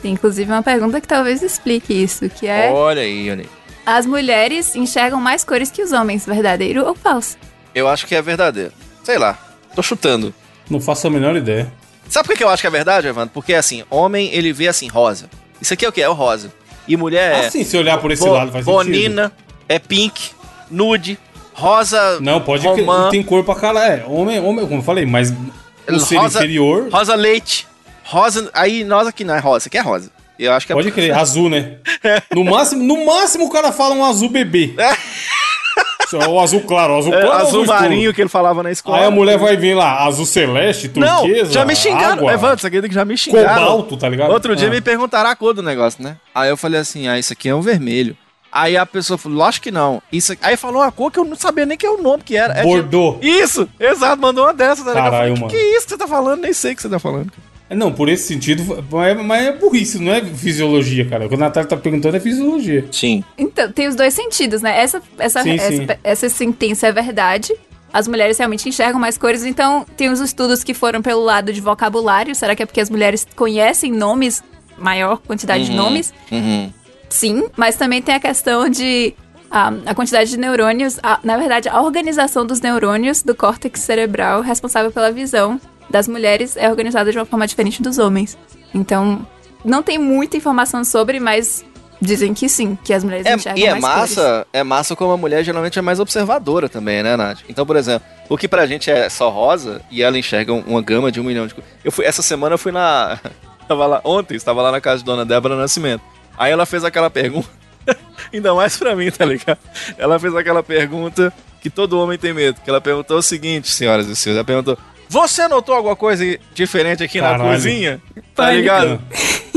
Speaker 3: Tem inclusive uma pergunta que talvez explique isso, que
Speaker 1: Oh!
Speaker 3: é...
Speaker 2: Olha aí, Ione.
Speaker 3: As mulheres enxergam mais cores que os homens, verdadeiro ou falso?
Speaker 2: Eu acho que é verdadeiro. Sei lá. Tô chutando.
Speaker 1: Não faço a menor ideia.
Speaker 2: Sabe por que eu acho que é verdade, Evandro? Porque assim, homem ele vê assim, rosa. Isso aqui é o que? É o rosa. E mulher é.
Speaker 1: Assim, se olhar por esse
Speaker 2: bo-
Speaker 1: lado faz sentido.
Speaker 2: Bonina, é pink, nude, rosa.
Speaker 1: Não, pode que
Speaker 2: romã,
Speaker 1: tem cor pra caralho. É, homem, homem, como eu falei, mas o ser
Speaker 2: rosa-
Speaker 1: inferior,
Speaker 2: Rosa leite. Rosa. Aí nós aqui não é rosa, aqui é rosa. Eu acho que é.
Speaker 1: pode crer, azul, né? No máximo, no máximo o cara fala um azul bebê. Só O azul claro, o azul
Speaker 2: É,
Speaker 1: claro, o
Speaker 2: azul
Speaker 1: escuro.
Speaker 2: marinho que ele falava na escola.
Speaker 1: Aí a mulher vai vir lá, azul celeste,
Speaker 2: Não,
Speaker 1: turquesa,
Speaker 2: já me xingaram.
Speaker 1: água,
Speaker 2: Evandro, você acredita que já me xingaram?
Speaker 1: Cobalto, tá ligado?
Speaker 2: Outro dia
Speaker 1: Ah.
Speaker 2: me perguntaram a cor do negócio, né? Aí eu falei assim, ah, isso aqui é um vermelho. Aí a pessoa falou, lógico que não. Isso aqui- Aí falou uma cor que eu não sabia nem que é o nome que era. É tipo-
Speaker 1: Bordô.
Speaker 2: Isso, exato, mandou uma dessa. Tá ligado?
Speaker 1: Caralho,
Speaker 2: eu falei,
Speaker 1: mano.
Speaker 2: que, que é isso que você tá falando? Nem sei o que você tá falando.
Speaker 1: É, Não, por esse sentido, mas é, mas é burrice, não é fisiologia, cara. O que a Natália tá perguntando é fisiologia.
Speaker 2: Sim.
Speaker 3: Então, tem os dois sentidos, né? Essa, essa,
Speaker 1: Sim,
Speaker 3: essa,
Speaker 1: sim.
Speaker 3: essa sentença é verdade. As mulheres realmente enxergam mais cores, então tem os estudos que foram pelo lado de vocabulário. Será que é porque as mulheres conhecem nomes, maior quantidade de nomes?
Speaker 2: Uhum.
Speaker 3: Sim, mas também tem a questão de ah, a quantidade de neurônios, a- na verdade, a organização dos neurônios do córtex cerebral responsável pela visão das mulheres é organizada de uma forma diferente dos homens. Então, não tem muita informação sobre, mas dizem que sim, que as mulheres
Speaker 2: É,
Speaker 3: enxergam
Speaker 2: e é
Speaker 3: mais
Speaker 2: massa,
Speaker 3: cores.
Speaker 2: é massa como a mulher geralmente é mais observadora também, né, Nath? Então, por exemplo, o que pra gente é só rosa e ela enxerga um- uma gama de um milhão de coisas. Eu fui, essa semana eu fui na. Tava lá, ontem, estava lá na casa de Dona Débora Nascimento. Aí ela fez aquela pergunta. Ainda mais pra mim, tá ligado? Ela fez aquela pergunta que todo homem tem medo. Que ela perguntou o seguinte, senhoras e senhores. Ela perguntou: Você notou alguma coisa diferente aqui na
Speaker 1: Caralho.
Speaker 2: cozinha? Tá ligado?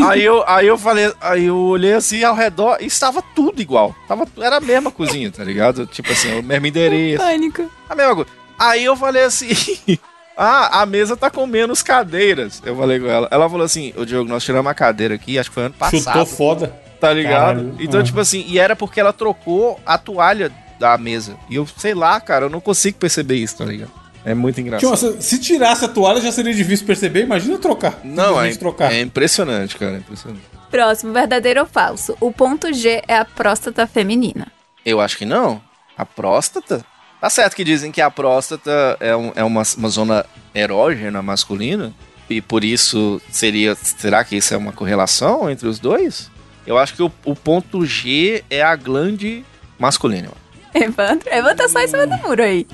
Speaker 2: Aí eu, aí eu falei, aí eu olhei assim ao redor e estava tudo igual. Tava, era a mesma cozinha, tá ligado? Tipo assim, o mesmo endereço,
Speaker 3: Pânico.
Speaker 2: a mesma coisa. Aí eu falei assim: Ah, a mesa tá com menos cadeiras. Eu falei com ela. Ela falou assim: Ô Diogo, nós tiramos a cadeira aqui, acho que foi ano
Speaker 1: Chutou
Speaker 2: passado.
Speaker 1: foda.
Speaker 2: Tá ligado?
Speaker 1: Caralho.
Speaker 2: Então,
Speaker 1: Ah.
Speaker 2: tipo assim, e era porque ela trocou a toalha da mesa. E eu sei lá, cara, eu não consigo perceber isso, tá ligado? É muito engraçado.
Speaker 1: Tio, se- se tirasse a toalha já seria difícil perceber, imagina trocar.
Speaker 2: Não, é,
Speaker 1: Simplesmente trocar.
Speaker 2: é impressionante, cara. É impressionante.
Speaker 3: Próximo, verdadeiro ou falso? O ponto G é a próstata feminina.
Speaker 2: Eu acho que não. A próstata? Tá certo que dizem que a próstata é, um- é uma, uma zona erógena masculina? E por isso seria. Será que isso é uma correlação entre os dois? Eu acho que o, o ponto G é a glande masculina.
Speaker 3: Evandro, Evandro tá só em cima do muro aí.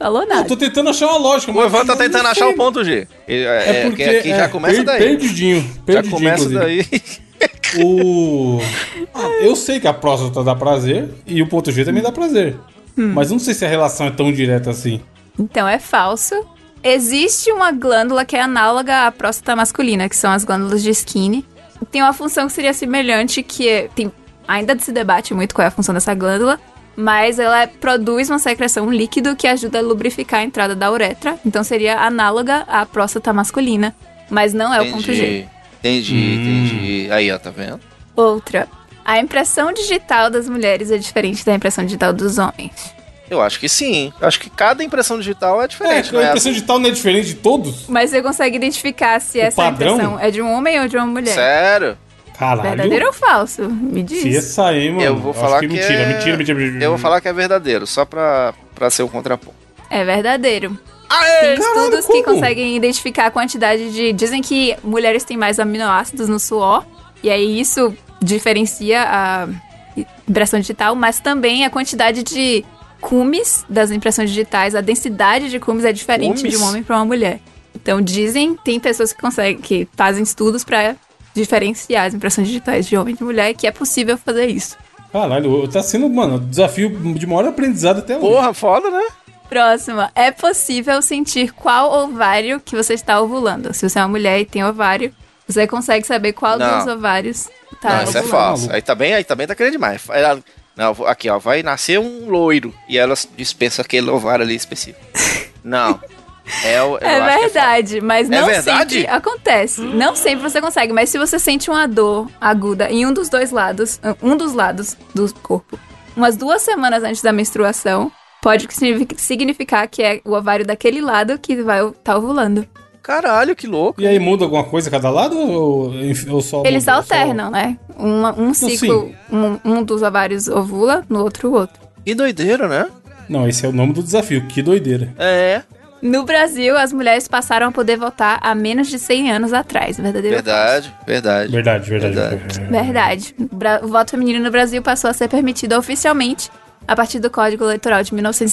Speaker 3: Falou
Speaker 1: Eu
Speaker 3: nada.
Speaker 1: tô tentando achar uma lógica.
Speaker 2: O
Speaker 1: mas
Speaker 2: Evan tá
Speaker 1: não- não
Speaker 2: tentando
Speaker 1: sei.
Speaker 2: achar o ponto G. Ele- É,
Speaker 1: É porque
Speaker 2: que aqui já
Speaker 1: é,
Speaker 2: começa
Speaker 1: per-
Speaker 2: daí.
Speaker 1: Perdidinho.
Speaker 2: Já
Speaker 1: perdidinho
Speaker 2: começa
Speaker 1: inclusive.
Speaker 2: daí.
Speaker 1: O. Ah, eu sei que a próstata dá prazer e o ponto G também dá prazer.
Speaker 3: Hum.
Speaker 1: Mas eu não sei se a relação é tão direta assim.
Speaker 3: Então é falso. Existe uma glândula que é análoga à próstata masculina, que são as glândulas de Skinner. Tem uma função que seria semelhante, que é- tem, ainda se debate muito qual é a função dessa glândula, mas ela produz uma secreção um líquido que ajuda a lubrificar a entrada da uretra. Então seria análoga à próstata masculina, mas não é o ponto G.
Speaker 2: Entendi,
Speaker 1: Hum.
Speaker 2: entendi, entendi. Aí, ó, tá vendo?
Speaker 3: Outra. A impressão digital das mulheres é diferente da impressão digital dos homens.
Speaker 2: Eu acho que sim. Eu acho que cada impressão digital é
Speaker 1: É, a
Speaker 2: diferente, né?
Speaker 1: impressão digital não é diferente de todos?
Speaker 3: Mas você consegue identificar se
Speaker 1: O
Speaker 3: essa
Speaker 1: padrão?
Speaker 3: impressão é de um homem ou de uma mulher.
Speaker 2: Sério?
Speaker 1: Caralho.
Speaker 3: Verdadeiro ou falso? Me
Speaker 1: Se
Speaker 3: diz.
Speaker 1: essa aí, mano.
Speaker 2: eu vou
Speaker 1: acho
Speaker 2: falar que,
Speaker 1: que mentira,
Speaker 2: é...
Speaker 1: mentira, mentira, mentira.
Speaker 2: Eu vou falar que é verdadeiro, só pra, pra ser um contraponto.
Speaker 3: É verdadeiro. Tem
Speaker 2: Aê!
Speaker 3: estudos que
Speaker 1: como?
Speaker 3: conseguem identificar a quantidade de. Dizem que mulheres têm mais aminoácidos no suor, e aí isso diferencia a impressão digital, mas também a quantidade de cumes das impressões digitais, a densidade de cumes é diferente
Speaker 2: Cumes?
Speaker 3: de um homem para uma mulher. Então dizem, tem pessoas que conseguem, que fazem estudos para diferenciar as impressões digitais de homem e de mulher, que é possível fazer isso.
Speaker 1: Caralho, tá sendo, mano, desafio de maior aprendizado até hoje.
Speaker 2: Porra, foda, né?
Speaker 3: Próxima. É possível sentir qual ovário que você está ovulando. Se você é uma mulher e tem ovário, você consegue saber qual
Speaker 2: Não.
Speaker 3: dos ovários
Speaker 2: não,
Speaker 3: tá
Speaker 2: isso é
Speaker 3: ovulando.
Speaker 2: falso.
Speaker 1: maluco.
Speaker 2: Aí também, aí também tá querendo demais. Aí ela- Não, vou- aqui, ó, vai nascer um loiro. E ela dispensa aquele ovário ali específico. não. É, o- eu
Speaker 3: É
Speaker 2: acho que
Speaker 3: verdade, mas
Speaker 2: É
Speaker 3: não
Speaker 2: verdade?
Speaker 3: sempre acontece. Não sempre você consegue, mas se você sente uma dor aguda em um dos dois lados, um dos lados do corpo, umas duas semanas antes da menstruação, pode significar que é o ovário daquele lado que vai estar ovulando.
Speaker 2: Caralho, que louco.
Speaker 1: E aí muda alguma coisa a cada lado ou, ou só.
Speaker 3: Eles
Speaker 1: muda- só-
Speaker 3: alternam, né? Uma- um ciclo, um, um dos ovários ovula, no outro o outro.
Speaker 2: Que doideira, né?
Speaker 1: Não, esse é o nome do desafio. Que doideira.
Speaker 2: É,
Speaker 3: No Brasil, as mulheres passaram a poder votar há menos de 100 anos atrás, verdadeiro?
Speaker 2: verdade, verdade.
Speaker 1: Verdade, verdade.
Speaker 2: Verdade.
Speaker 3: Verdade. O bra- O voto feminino no Brasil passou a ser permitido oficialmente a partir do Código Eleitoral de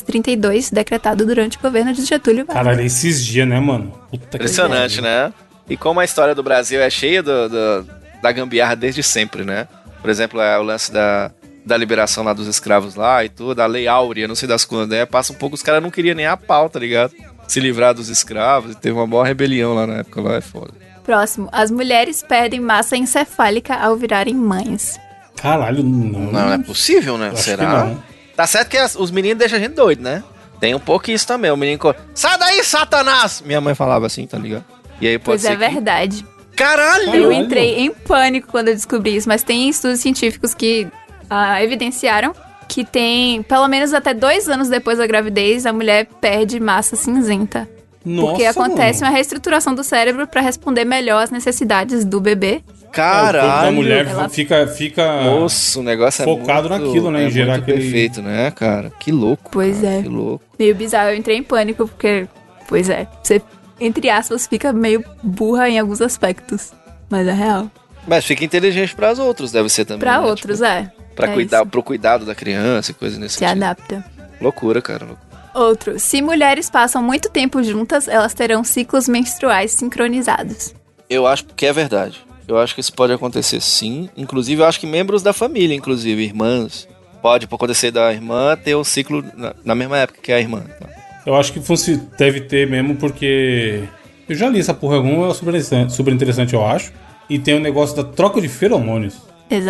Speaker 3: 1932, decretado durante o governo de Getúlio Vargas.
Speaker 1: Caralho, esses dias, né, mano? Puta que
Speaker 2: Impressionante,
Speaker 1: pariu.
Speaker 2: né? E como a história do Brasil é cheia do- do- da gambiarra desde sempre, né? Por exemplo, é o lance da, da liberação lá dos escravos lá e tudo, a Lei Áurea, não sei das quantas, né? Passa um pouco, os caras não queriam nem a pau, tá ligado? Se livrar dos escravos, e teve uma maior rebelião lá na época, lá é foda.
Speaker 3: Próximo. As mulheres perdem massa encefálica ao virarem mães.
Speaker 1: Caralho, não.
Speaker 2: né? Não, não é possível, né?
Speaker 1: Acho
Speaker 2: Será?
Speaker 1: que não.
Speaker 2: Tá certo que as- os meninos deixam a gente doido, né? Tem um pouco isso também, o menino... co- Sai daí, Satanás! Minha mãe falava assim, tá ligado? E aí pode
Speaker 3: pois
Speaker 2: ser
Speaker 3: é
Speaker 2: que...
Speaker 3: verdade.
Speaker 2: Caralho!
Speaker 1: Caralho.
Speaker 3: Eu entrei em pânico quando eu descobri isso, mas tem estudos científicos que ah, evidenciaram que tem, pelo menos até dois anos depois da gravidez, a mulher perde massa cinzenta.
Speaker 1: Nossa,
Speaker 3: porque acontece
Speaker 1: mano.
Speaker 3: uma reestruturação do cérebro pra responder melhor às necessidades do
Speaker 1: É, o
Speaker 3: bebê.
Speaker 1: corpo da
Speaker 2: Caralho!
Speaker 1: mulher
Speaker 3: Ela-
Speaker 1: fica. fica...
Speaker 2: Nossa, o negócio
Speaker 1: Ah, Focado
Speaker 2: é muito,
Speaker 1: naquilo, né, em
Speaker 2: É
Speaker 1: gerar
Speaker 2: muito
Speaker 1: aquele-
Speaker 2: perfeito, né, cara? Que louco.
Speaker 3: Pois
Speaker 2: cara,
Speaker 3: é.
Speaker 2: Que louco.
Speaker 3: Meio bizarro, eu entrei em pânico, porque, pois é, você, entre aspas, fica meio burra em alguns aspectos. Mas é real.
Speaker 2: Mas fica inteligente para os outros, deve ser também.
Speaker 3: Pra
Speaker 2: né?
Speaker 3: outros,
Speaker 2: Tipo,
Speaker 3: é.
Speaker 2: pra
Speaker 3: é
Speaker 2: cuidar,
Speaker 3: isso. é
Speaker 2: pro cuidado da criança e coisa nesse
Speaker 3: Se
Speaker 2: sentido.
Speaker 3: adapta.
Speaker 2: Loucura, cara. loucura.
Speaker 3: Outro, se mulheres passam muito tempo juntas, elas terão ciclos menstruais sincronizados.
Speaker 2: Eu acho que é verdade. Eu acho que isso pode acontecer sim. Inclusive, eu acho que membros da família, inclusive, irmãs. Pode acontecer da irmã ter um ciclo na, na mesma época que a irmã. tá?
Speaker 1: Eu acho que fosse, deve ter mesmo, porque. Eu já li essa porra alguma, é super interessante, super interessante, eu acho. E tem o negócio da troca de feromônios.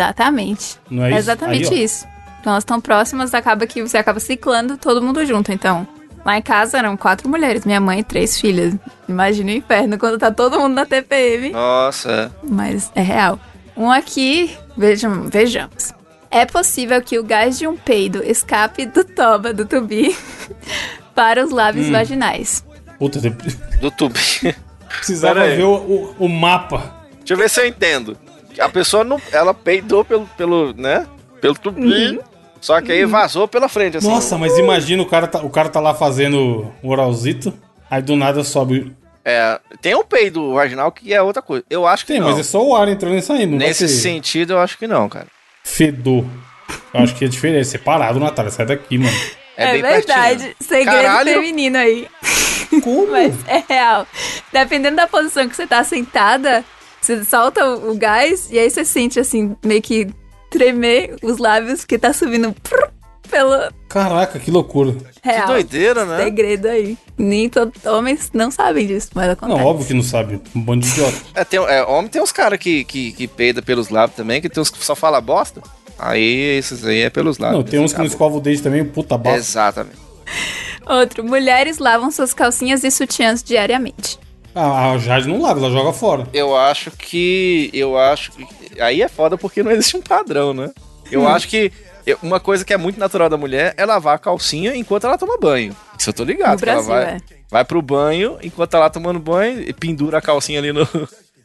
Speaker 3: Exatamente.
Speaker 1: Não é isso?
Speaker 3: exatamente
Speaker 1: Aí, ó.
Speaker 3: isso. Então elas estão próximas, acaba que você acaba ciclando todo mundo junto. Então, lá em casa eram quatro mulheres, minha mãe e três filhas. Imagina o inferno quando tá todo mundo na TPM.
Speaker 2: Nossa.
Speaker 3: mas é real. Um aqui, vejam, vejamos. É possível que o gás de um peido escape do toba do tubi para os lábios
Speaker 1: Hum.
Speaker 3: vaginais.
Speaker 1: Puta, eu
Speaker 2: é. Do tubi.
Speaker 1: precisava
Speaker 2: Pera aí.
Speaker 1: ver o, o- o mapa.
Speaker 2: Deixa eu ver se eu entendo. A pessoa não. Ela peidou pelo. pelo né? Pelo tubinho. Só que aí vazou pela frente, assim.
Speaker 1: Uhum. Nossa, mas
Speaker 3: uh!
Speaker 1: imagina o cara, tá, o cara tá lá fazendo o oralzito, aí do nada sobe.
Speaker 2: É, tem um peido vaginal que é outra coisa. Eu acho que
Speaker 1: Tem,
Speaker 2: não.
Speaker 1: mas é só o ar entrando e saindo. não vai
Speaker 2: Nesse
Speaker 1: ser
Speaker 2: sentido, eu acho que não, cara.
Speaker 1: Fedor. Eu acho que é diferente, é separado, Natália, sai daqui, mano.
Speaker 2: É, bem
Speaker 3: verdade.
Speaker 2: pertinho.
Speaker 3: Segredo
Speaker 2: Caralho.
Speaker 3: feminino aí.
Speaker 1: Como?
Speaker 3: Mas é real. Dependendo da posição que você tá sentada, você solta o o gás e aí você sente assim, meio que tremer os lábios que tá subindo prrr, pelo
Speaker 1: Caraca, que loucura.
Speaker 2: Que
Speaker 3: real.
Speaker 2: doideira, né?
Speaker 3: Segredo aí. Nem todos homens não sabem disso, mas
Speaker 1: Ah, Não,
Speaker 3: acontece.
Speaker 1: óbvio que não sabe. Um bando de idiota.
Speaker 2: É, tem, é, homem tem uns caras que, que, que peida pelos lábios também, que tem uns que só fala bosta. Aí esses aí é pelos lábios.
Speaker 1: Não, tem uns que não
Speaker 2: Acabou.
Speaker 1: escovam o dente também, puta bafo.
Speaker 2: Exatamente.
Speaker 3: Outro, mulheres lavam suas calcinhas e sutiãs diariamente.
Speaker 1: Ah, a Jade não lava, ela joga fora.
Speaker 2: Eu acho que. Eu acho que. Aí é foda porque não existe um padrão, né?
Speaker 3: Hum.
Speaker 2: Eu acho que. eu- Uma coisa que é muito natural da mulher é lavar a calcinha enquanto ela toma banho. Isso eu tô ligado.
Speaker 3: No
Speaker 2: que ela
Speaker 3: Brasil,
Speaker 2: vai,
Speaker 3: é.
Speaker 2: vai pro banho, enquanto tá lá tomando banho, e pendura a calcinha ali no.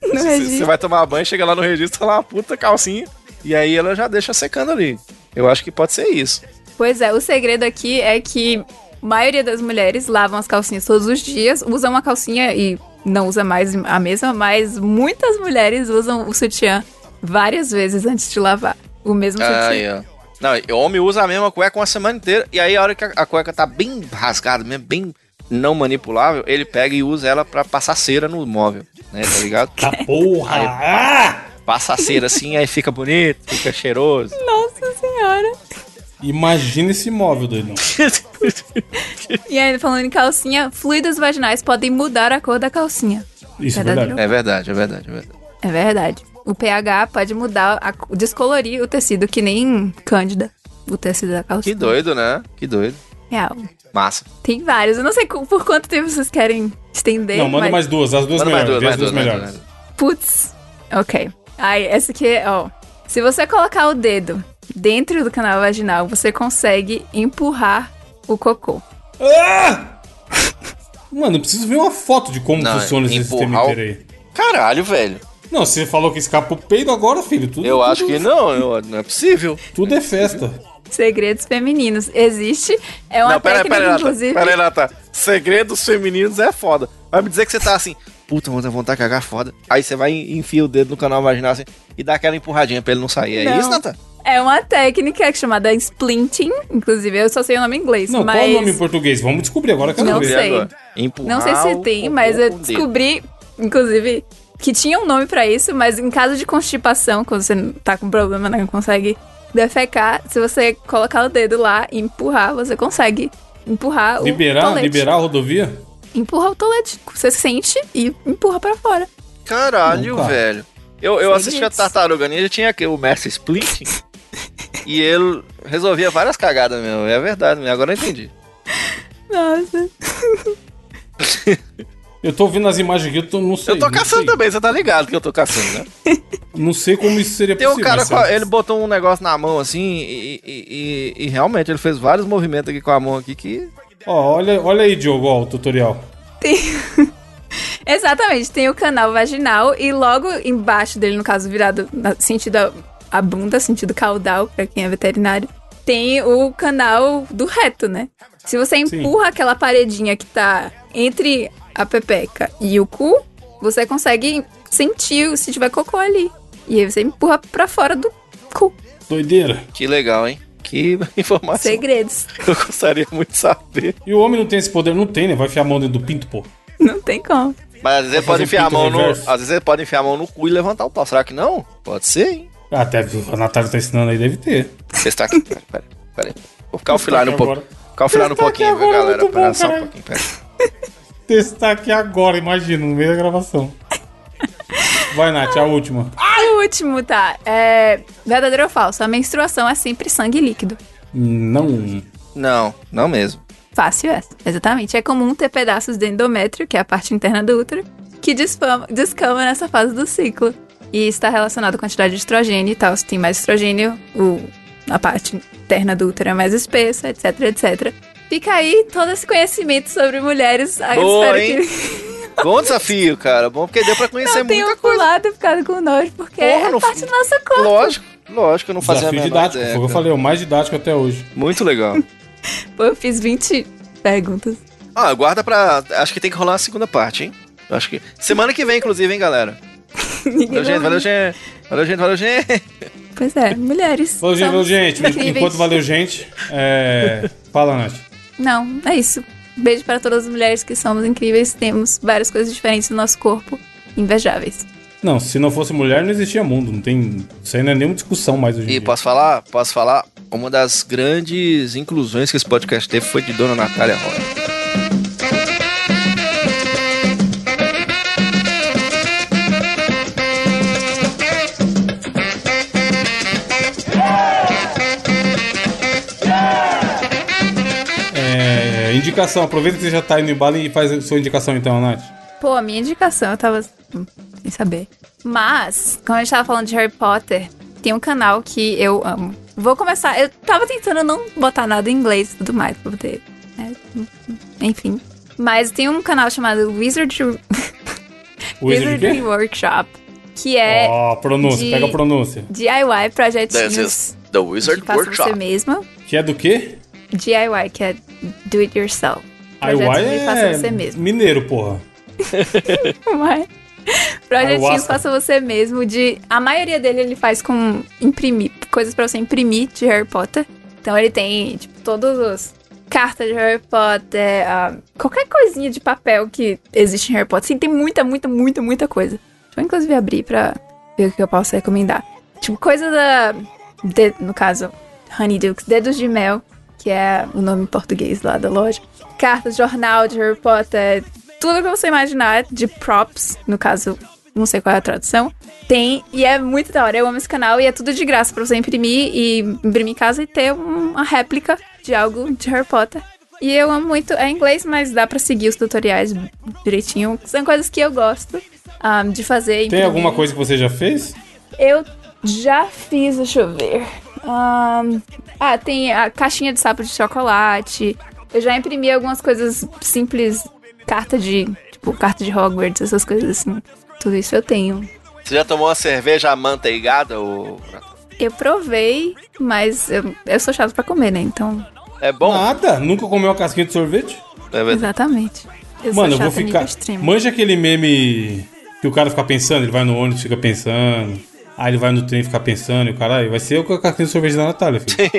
Speaker 2: Você
Speaker 3: registro.
Speaker 2: vai tomar banho, chega lá no registro, tá lá uma puta calcinha. E aí ela já deixa secando ali. Eu acho que pode ser isso.
Speaker 3: Pois é, o segredo aqui é que a maioria das mulheres lavam as calcinhas todos os dias, usam uma calcinha e não usa mais a mesma, mas muitas mulheres usam o sutiã várias vezes antes de lavar. O mesmo sutiã.
Speaker 2: ó. Não, e homem usa a mesma cueca uma semana inteira. E aí, a hora que a, a cueca tá bem rasgada, mesmo, bem não manipulável, ele pega e usa ela pra passar cera no móvel, né? Tá ligado?
Speaker 1: Tá porra! Ah!
Speaker 2: Passa cera assim, aí fica bonito, fica cheiroso.
Speaker 3: Nossa senhora!
Speaker 1: Imagina esse móvel, doidão.
Speaker 3: E ainda falando em calcinha, fluidos vaginais podem mudar a cor da calcinha.
Speaker 1: Isso é
Speaker 3: Verdadeiro.
Speaker 1: verdade.
Speaker 2: é verdade, é verdade, é verdade.
Speaker 3: É verdade. O pH pode mudar, a- descolorir o tecido, que nem cândida, o tecido da calcinha.
Speaker 2: Que doido, né? Que doido.
Speaker 3: Real.
Speaker 2: Massa.
Speaker 3: Tem vários. Eu não sei co- por quanto tempo vocês querem estender.
Speaker 1: Não, manda
Speaker 3: mas...
Speaker 1: mais duas, as duas
Speaker 2: Manda mais
Speaker 1: melhores.
Speaker 2: duas,
Speaker 1: vê
Speaker 2: mais
Speaker 1: as duas
Speaker 2: duas, mais duas.
Speaker 1: melhores.
Speaker 2: mais duas.
Speaker 3: Putz. Ok. Aí, essa aqui é, ó. Se você colocar o dedo dentro do canal vaginal, você consegue empurrar o cocô.
Speaker 1: Ah! Mano, eu preciso ver uma foto de como
Speaker 2: Não,
Speaker 1: funciona esse sistema
Speaker 2: empurrar o-
Speaker 1: inteiro aí.
Speaker 2: Caralho, velho.
Speaker 1: Não, você falou que escapa o peido agora, filho. Tudo,
Speaker 2: Eu
Speaker 1: tudo-
Speaker 2: acho que não, eu- não é possível.
Speaker 1: Tudo é festa.
Speaker 3: Segredos femininos. Existe. É uma
Speaker 2: não, peraí,
Speaker 3: técnica,
Speaker 2: peraí, Nata.
Speaker 3: inclusive.
Speaker 2: Peraí, Nata. Segredos femininos é foda. Vai me dizer que você tá assim, puta, mano, vontade de cagar foda. Aí você vai e enfia o dedo no canal vaginal assim e dá aquela empurradinha pra ele não sair. É
Speaker 3: Não.
Speaker 2: isso, Nata?
Speaker 3: É uma técnica chamada splinting. Inclusive, eu só sei o nome em inglês.
Speaker 1: Não,
Speaker 3: mas...
Speaker 1: qual é o nome em português? Vamos descobrir agora. Quero
Speaker 3: Não
Speaker 1: ver.
Speaker 3: sei.
Speaker 2: Empurrar
Speaker 3: Não sei se
Speaker 2: o-
Speaker 3: tem,
Speaker 2: o-
Speaker 3: mas eu
Speaker 2: o dedo.
Speaker 3: descobri, inclusive, que tinha um nome pra isso, mas em caso de constipação, quando você tá com problema, não consegue defecar, se você colocar o dedo lá e empurrar, você consegue empurrar o
Speaker 1: Liberar,
Speaker 3: tolete.
Speaker 1: liberar a rodovia?
Speaker 3: Empurra o tolete. Você sente e empurra pra fora.
Speaker 2: Caralho,
Speaker 1: Opa.
Speaker 2: velho. Eu, eu assisti a
Speaker 3: Segredos.
Speaker 2: Tartaruga Ninja, tinha aqui o Mestre Split. e ele resolvia várias cagadas mesmo. É verdade mesmo. Agora eu entendi.
Speaker 3: Nossa.
Speaker 1: Eu tô vendo as imagens aqui, eu tô, não sei.
Speaker 2: Eu tô
Speaker 1: não
Speaker 2: caçando
Speaker 1: sei.
Speaker 2: também, você tá ligado que eu tô caçando, né?
Speaker 1: Não sei como isso seria
Speaker 2: Tem um
Speaker 1: possível.
Speaker 2: cara,
Speaker 1: mas é.
Speaker 2: com a-
Speaker 1: sabe?
Speaker 2: ele botou um negócio na mão assim e, e- e- e realmente ele fez vários movimentos aqui com a mão aqui que.
Speaker 1: Ó, olha, olha aí, Diogo, ó, o tutorial.
Speaker 3: Exatamente, tem o canal vaginal e logo embaixo dele, no caso, virado na- sentido a, a bunda, sentido caudal, pra quem é veterinário, tem o canal do reto, né? Se você empurra aquela paredinha que tá entre a pepeca e o cu, você consegue sentir se tiver cocô ali. E aí você empurra pra fora do cu.
Speaker 1: Doideira.
Speaker 2: Que legal, hein? Que informação
Speaker 3: Segredos.
Speaker 2: que eu gostaria muito de saber.
Speaker 1: E o homem não tem esse poder? Não tem, né? Vai enfiar a mão dentro do pinto, pô.
Speaker 3: Não tem como.
Speaker 2: Mas às vezes
Speaker 1: fazer
Speaker 2: ele pode
Speaker 1: um
Speaker 2: enfiar a
Speaker 1: pinto
Speaker 2: mão no. Às
Speaker 1: reverso.
Speaker 2: vezes ele pode enfiar a mão no cu e levantar o pau. Será que não? Pode ser, hein?
Speaker 1: Ah, deve, a Natália tá ensinando aí, deve ter.
Speaker 2: Você está aqui. Pera, pera, pera. aí. Vou ficar offline um
Speaker 1: Destaque
Speaker 2: pouco. Ficar offline um
Speaker 1: Destaque
Speaker 2: pouquinho, viu,
Speaker 1: agora,
Speaker 2: galera?
Speaker 1: muito
Speaker 2: Pera
Speaker 1: bom,
Speaker 2: só um
Speaker 1: caralho.
Speaker 2: pouquinho, pera.
Speaker 1: Testar aqui agora, imagina, no meio da gravação. Vai, Nath, a última.
Speaker 3: E o último, tá? É. Verdadeiro ou falso? A menstruação é sempre sangue líquido.
Speaker 1: Não.
Speaker 2: Não, não mesmo.
Speaker 3: Fácil essa. Exatamente. É comum ter pedaços de endométrio, que é a parte interna do útero, que desfama- descama nessa fase do ciclo. E está relacionado à quantidade de estrogênio e tal. Se tem mais estrogênio, o, a parte interna do útero é mais espessa, etc, etc. Fica aí todo esse conhecimento sobre mulheres. Aí eu
Speaker 2: Boa,
Speaker 3: espero
Speaker 2: hein?
Speaker 3: que
Speaker 2: Bom desafio, cara. Bom, porque deu pra conhecer
Speaker 3: não tenham
Speaker 2: muita coisa.
Speaker 3: pulado e ficado com nós, porque
Speaker 2: Porra,
Speaker 3: é
Speaker 2: não-
Speaker 3: parte do nosso corpo.
Speaker 2: Lógico, lógico, eu não fazia a
Speaker 1: Desafio
Speaker 2: menor
Speaker 1: didático,
Speaker 2: ideia,
Speaker 1: foi o que eu
Speaker 2: cara.
Speaker 1: falei, é o mais didático até hoje.
Speaker 2: Muito legal.
Speaker 3: Pô, eu fiz 20 perguntas.
Speaker 2: Ah, guarda pra. Acho que tem que rolar a segunda parte, hein? Acho que. Semana que vem, inclusive, hein, galera?
Speaker 3: Ninguém
Speaker 2: Valeu, gente, valeu, gente. Valeu, gente, valeu, gente.
Speaker 3: Pois é, mulheres.
Speaker 1: Valeu, gente,
Speaker 3: são
Speaker 1: valeu, gente.
Speaker 3: incríveis.
Speaker 1: Enquanto valeu, gente. É. Fala, Nath.
Speaker 3: Não, é isso. Beijo para todas as mulheres que somos incríveis, temos várias coisas diferentes no nosso corpo, invejáveis.
Speaker 1: Não, se não fosse mulher, não existia mundo. Não tem. Isso aí não é nenhuma discussão mais hoje. em
Speaker 2: E
Speaker 1: dia.
Speaker 2: posso falar? Posso falar? Uma das grandes inclusões que esse podcast teve foi de Dona Natália Rosa.
Speaker 1: É, indicação, aproveita que você já tá indo em bala e faz a sua indicação então, Nath.
Speaker 3: Pô, a minha indicação, eu tava hum, sem saber. Mas, como a gente tava falando de Harry Potter, tem um canal que eu amo. Vou começar, eu tava tentando não botar nada em inglês e tudo mais pra poder, né? Enfim. Mas tem um canal chamado Wizardry,
Speaker 1: Wizard de
Speaker 3: Wizardry
Speaker 1: quê?
Speaker 3: Workshop, que é
Speaker 1: Ó, pronúncia,
Speaker 3: de-
Speaker 1: pega a pronúncia.
Speaker 3: DIY
Speaker 2: This
Speaker 3: projetinhos
Speaker 2: is the
Speaker 3: que
Speaker 2: Wizard
Speaker 3: faça você
Speaker 2: Workshop.
Speaker 3: mesmo.
Speaker 1: Que é do quê?
Speaker 3: DIY, que é do it yourself. Projetos
Speaker 1: IY
Speaker 3: de faça você mesmo.
Speaker 1: é mineiro, porra.
Speaker 3: Mas- Projetinhos
Speaker 1: Ayahuasca.
Speaker 3: faça você mesmo. De a maioria dele ele faz com imprimir coisas pra você imprimir de Harry Potter. Então ele tem tipo todos os cartas de Harry Potter, ah, qualquer coisinha de papel que existe em Harry Potter. Sim, tem muita, muita, muita, muita coisa. Deixa eu inclusive abrir pra ver o que eu posso recomendar. Tipo coisa da, de- no caso, Honeydukes, dedos de mel, que é o nome em português lá da loja. Cartas, jornal de Harry Potter, tudo que você imaginar de props, no caso, não sei qual é a tradução, tem e é muito da hora. Eu amo esse canal e é tudo de graça pra você imprimir e imprimir em casa e ter um- uma réplica de algo de Harry Potter. E eu amo muito, é em inglês, mas dá pra seguir os tutoriais direitinho. São coisas que eu gosto ah, de fazer.
Speaker 1: Tem
Speaker 3: imprimir.
Speaker 1: alguma coisa que você já fez?
Speaker 3: Eu já fiz, deixa eu ver. Ahn, ah, tem a caixinha de sapo de chocolate. Eu já imprimi algumas coisas simples carta de. Tipo, carta de Hogwarts, essas coisas assim. Tudo isso eu tenho.
Speaker 2: Você já tomou uma cerveja amanteigada? Ou...
Speaker 3: Eu provei, mas eu, eu sou chato pra comer, né? Então.
Speaker 2: É bom?
Speaker 1: Nada. Nunca comeu uma casquinha de sorvete?
Speaker 2: É verdade.
Speaker 3: Exatamente. Eu sou
Speaker 1: Mano, eu
Speaker 3: chata
Speaker 1: vou
Speaker 3: nível
Speaker 1: ficar.
Speaker 3: é extremo.
Speaker 1: Manja aquele meme que o cara fica pensando, ele vai no ônibus, fica pensando. Aí ele vai no trem e fica pensando, e o caralho, vai ser eu com a casquinha de sorvete da Natália, filho.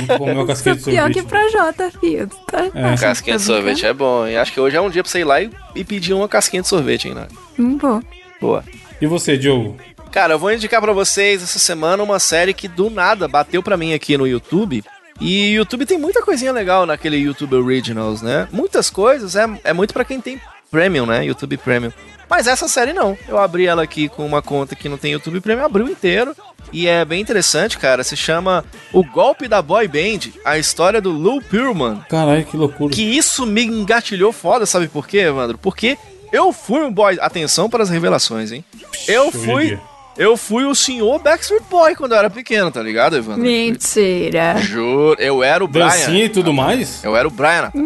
Speaker 1: Nunca comeu uma casquinha de
Speaker 3: Sou pior
Speaker 1: sorvete.
Speaker 3: que pra Jota, filho. Tá-
Speaker 1: É.
Speaker 2: Casquinha de
Speaker 3: Tá brincando?
Speaker 2: sorvete é bom, hein? Acho que hoje é um dia pra você ir lá e, e pedir uma casquinha de sorvete, hein, Nath?
Speaker 3: Não vou.
Speaker 2: Boa.
Speaker 1: E você, Diogo?
Speaker 2: Cara, eu vou indicar pra vocês essa semana uma série que do nada bateu pra mim aqui no YouTube. E o YouTube tem muita coisinha legal naquele YouTube Originals, né? Muitas coisas, é, é muito pra quem tem Premium, né? YouTube Premium. Mas essa série não. Eu abri ela aqui com uma conta que não tem YouTube Premium, abriu inteiro. E é bem interessante, cara. Se chama O Golpe da Boy Band, a história do Lou Pearlman.
Speaker 1: Caralho, que loucura.
Speaker 2: Que isso me engatilhou foda, sabe por quê, Evandro? Porque eu fui um boy. Atenção para as revelações, hein? Eu
Speaker 1: hoje em
Speaker 2: fui.
Speaker 1: dia.
Speaker 2: Eu fui o senhor Backstreet Boy quando eu era pequeno, tá ligado, Evandro?
Speaker 3: Mentira.
Speaker 2: Juro, eu era o
Speaker 1: Dancinha
Speaker 2: Brian.
Speaker 1: e tudo mais?
Speaker 2: Eu era o Brian. rapaz.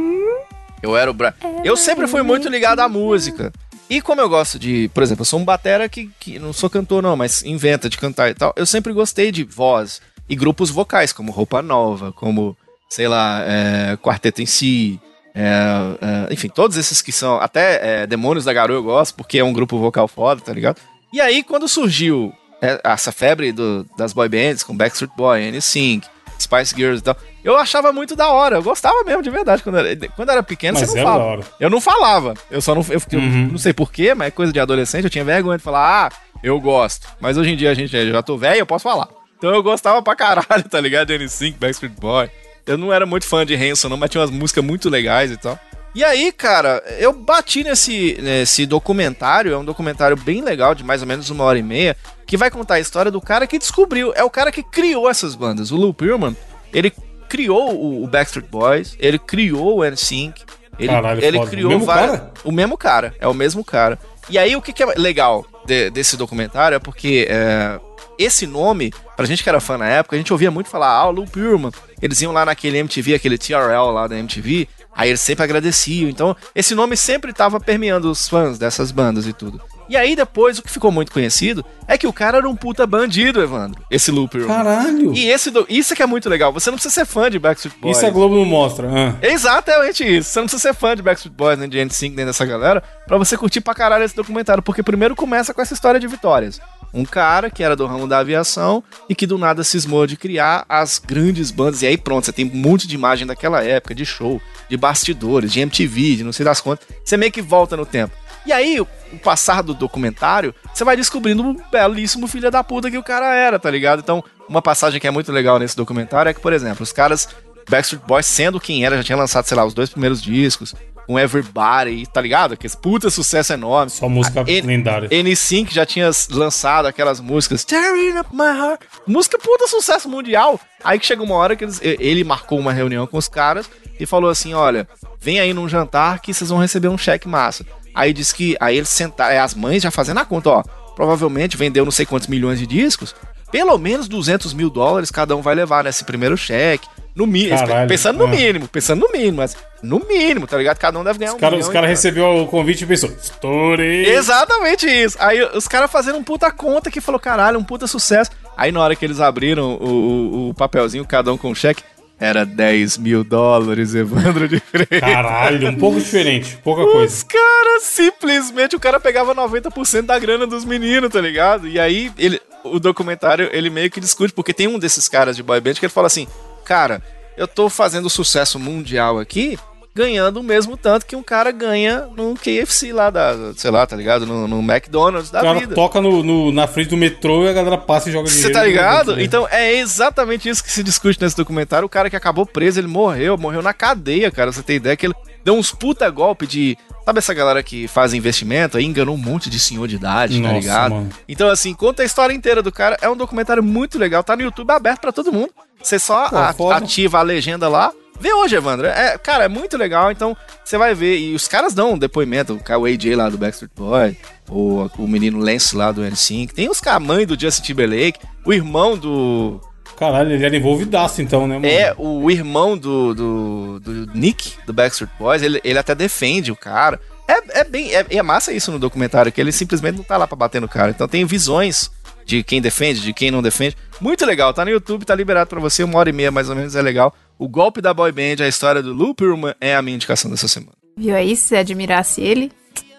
Speaker 2: Eu era o Brian. Eu sempre fui muito ligado à música. E como eu gosto de, por exemplo, eu sou um batera que, que não sou cantor não, mas inventa de cantar e tal. Eu sempre gostei de voz e grupos vocais, como Roupa Nova, como, sei lá, é, Quarteto em Si, é, é, enfim, todos esses que são, até é, Demônios da Garoa eu gosto, porque é um grupo vocal foda, tá ligado? E aí, quando surgiu é, essa febre do- das boy bands, com Backstreet Boy, NSYNC, Spice Girls e tal, eu achava muito da hora, eu gostava mesmo, de verdade, quando era, quando era pequeno,
Speaker 1: Mas
Speaker 2: você não
Speaker 1: era
Speaker 2: fala.
Speaker 1: da hora.
Speaker 2: Eu não falava. Eu só não. Eu, eu
Speaker 1: Uhum.
Speaker 2: não sei porquê, mas é coisa de adolescente. Eu tinha vergonha de falar, ah, eu gosto. Mas hoje em dia a gente eu já tô velho, eu posso falar. Então eu gostava pra caralho, tá ligado? N5, Backstreet Boy. Eu não era muito fã de Hanson, não, mas tinha umas músicas muito legais e tal. E aí, cara, eu bati nesse, nesse documentário, é um documentário bem legal, de mais ou menos uma hora e meia, que vai contar a história do cara que descobriu, é o cara que criou essas bandas. O Lou Pearlman, ele criou o- o Backstreet Boys, ele criou o NSYNC, ele,
Speaker 1: Caralho,
Speaker 2: ele
Speaker 1: foda.
Speaker 2: criou
Speaker 1: O mesmo
Speaker 2: várias-
Speaker 1: cara?
Speaker 2: o mesmo cara, é o mesmo cara. E aí, o que, que é legal de- desse documentário é porque é, esse nome, pra gente que era fã na época, a gente ouvia muito falar, ah, o Lou Pearlman. Eles iam lá naquele MTV, aquele TRL lá da MTV, aí eles sempre agradeciam. Então, esse nome sempre tava permeando os fãs dessas bandas e tudo. E aí, depois, o que ficou muito conhecido é que o cara era um puta bandido, Evandro, esse Lou Pearlman.
Speaker 1: Caralho.
Speaker 2: É. E esse, do- isso que é muito legal, você não precisa ser fã de Backstreet Boys. É.
Speaker 1: Isso é a Globo não mostra. Ah.
Speaker 2: Exatamente isso. Você não precisa ser fã de Backstreet Boys, nem de NSYNC, nem dessa galera, pra você curtir pra caralho esse documentário, porque primeiro começa com essa história de vitórias. Um cara que era do ramo da aviação e que do nada cismou de criar as grandes bandas. E aí pronto, você tem um monte de imagem daquela época, de show, de bastidores, de MTV, de não sei das quantas. Você meio que volta no tempo. E aí, o o passar do documentário, você vai descobrindo o belíssimo filho da puta que o cara era, tá ligado? Então, uma passagem que é muito legal nesse documentário é que, por exemplo, os caras Backstreet Boys sendo quem era, já tinha lançado, sei lá, os dois primeiros discos, um Everybody, tá ligado? Que puta sucesso enorme.
Speaker 1: Só música
Speaker 2: Ah, ele-
Speaker 1: lendária.
Speaker 2: N5 já tinha s- lançado aquelas músicas Tearing Up My Heart. Música puta sucesso mundial. Aí que chega uma hora que eles- e- ele marcou uma reunião com os caras e falou assim: olha, vem aí num jantar que vocês vão receber um cheque massa. Aí diz que. Aí eles sentaram. é, As mães já fazendo a conta, ó. Provavelmente vendeu não sei quantos milhões de discos. Pelo menos 200 mil dólares cada um vai levar nesse primeiro cheque. No mínimo.
Speaker 1: Caralho.
Speaker 2: Pensando no
Speaker 1: Ah.
Speaker 2: mínimo, pensando no mínimo, mas no mínimo, tá ligado? Cada um deve ganhar
Speaker 1: Os caras
Speaker 2: milhão
Speaker 1: cara
Speaker 2: e tanto.
Speaker 1: recebeu o convite e pensou: Estourei!
Speaker 2: Exatamente isso. Aí os caras fazendo um puta conta que falou, caralho, um puta sucesso. Aí na hora que eles abriram o, o- o papelzinho, cada um com um cheque, era 10 mil dólares, Evandro de Freitas.
Speaker 1: Caralho, um pouco diferente, pouca
Speaker 2: Os
Speaker 1: coisa.
Speaker 2: caras simplesmente, o cara pegava 90% da grana dos meninos, tá ligado? E aí ele, o documentário, ele meio que discute, porque tem um desses caras de boy band que ele fala assim: "Cara, eu tô fazendo sucesso mundial aqui, ganhando o mesmo tanto que um cara ganha no KFC lá da, sei lá, tá ligado? No, no McDonald's da
Speaker 1: O cara
Speaker 2: vida".
Speaker 1: toca no, no- na frente do metrô e a galera passa e joga dinheiro.
Speaker 2: Você tá
Speaker 1: no-
Speaker 2: ligado? Então é exatamente isso que se discute nesse documentário. O cara que acabou preso, ele morreu, morreu na cadeia, cara. Você tem ideia que ele deu uns puta golpe de. Sabe essa galera que faz investimento aí enganou um monte de senhor de idade,
Speaker 1: Nossa,
Speaker 2: tá ligado?
Speaker 1: mano.
Speaker 2: Então, assim, conta a história inteira do cara. É um documentário muito legal, tá no YouTube aberto pra todo mundo. Você só
Speaker 1: Pô,
Speaker 2: a-
Speaker 1: foda.
Speaker 2: ativa a legenda lá. Vê hoje, Evandro. É, cara, é muito legal, então você vai ver. E os caras dão um depoimento, o cara, o AJ lá do Backstreet Boy, o, o menino Lance lá do N5. Tem os caras, a mãe do Justin Timberlake, o irmão do.
Speaker 1: Caralho, ele era envolvidaço então, né, mano?
Speaker 2: É, o irmão do, do, do Nick, do Backstreet Boys, ele, ele até defende o cara. É, é bem. É, é massa isso no documentário, que ele simplesmente não tá lá pra bater no cara. Então tem visões de quem defende, de quem não defende. Muito legal, tá no YouTube, tá liberado pra você, uma hora e meia mais ou menos, é legal. O golpe da boy band, a história do Looperman é a minha indicação dessa semana.
Speaker 3: Viu aí? Se admirasse ele.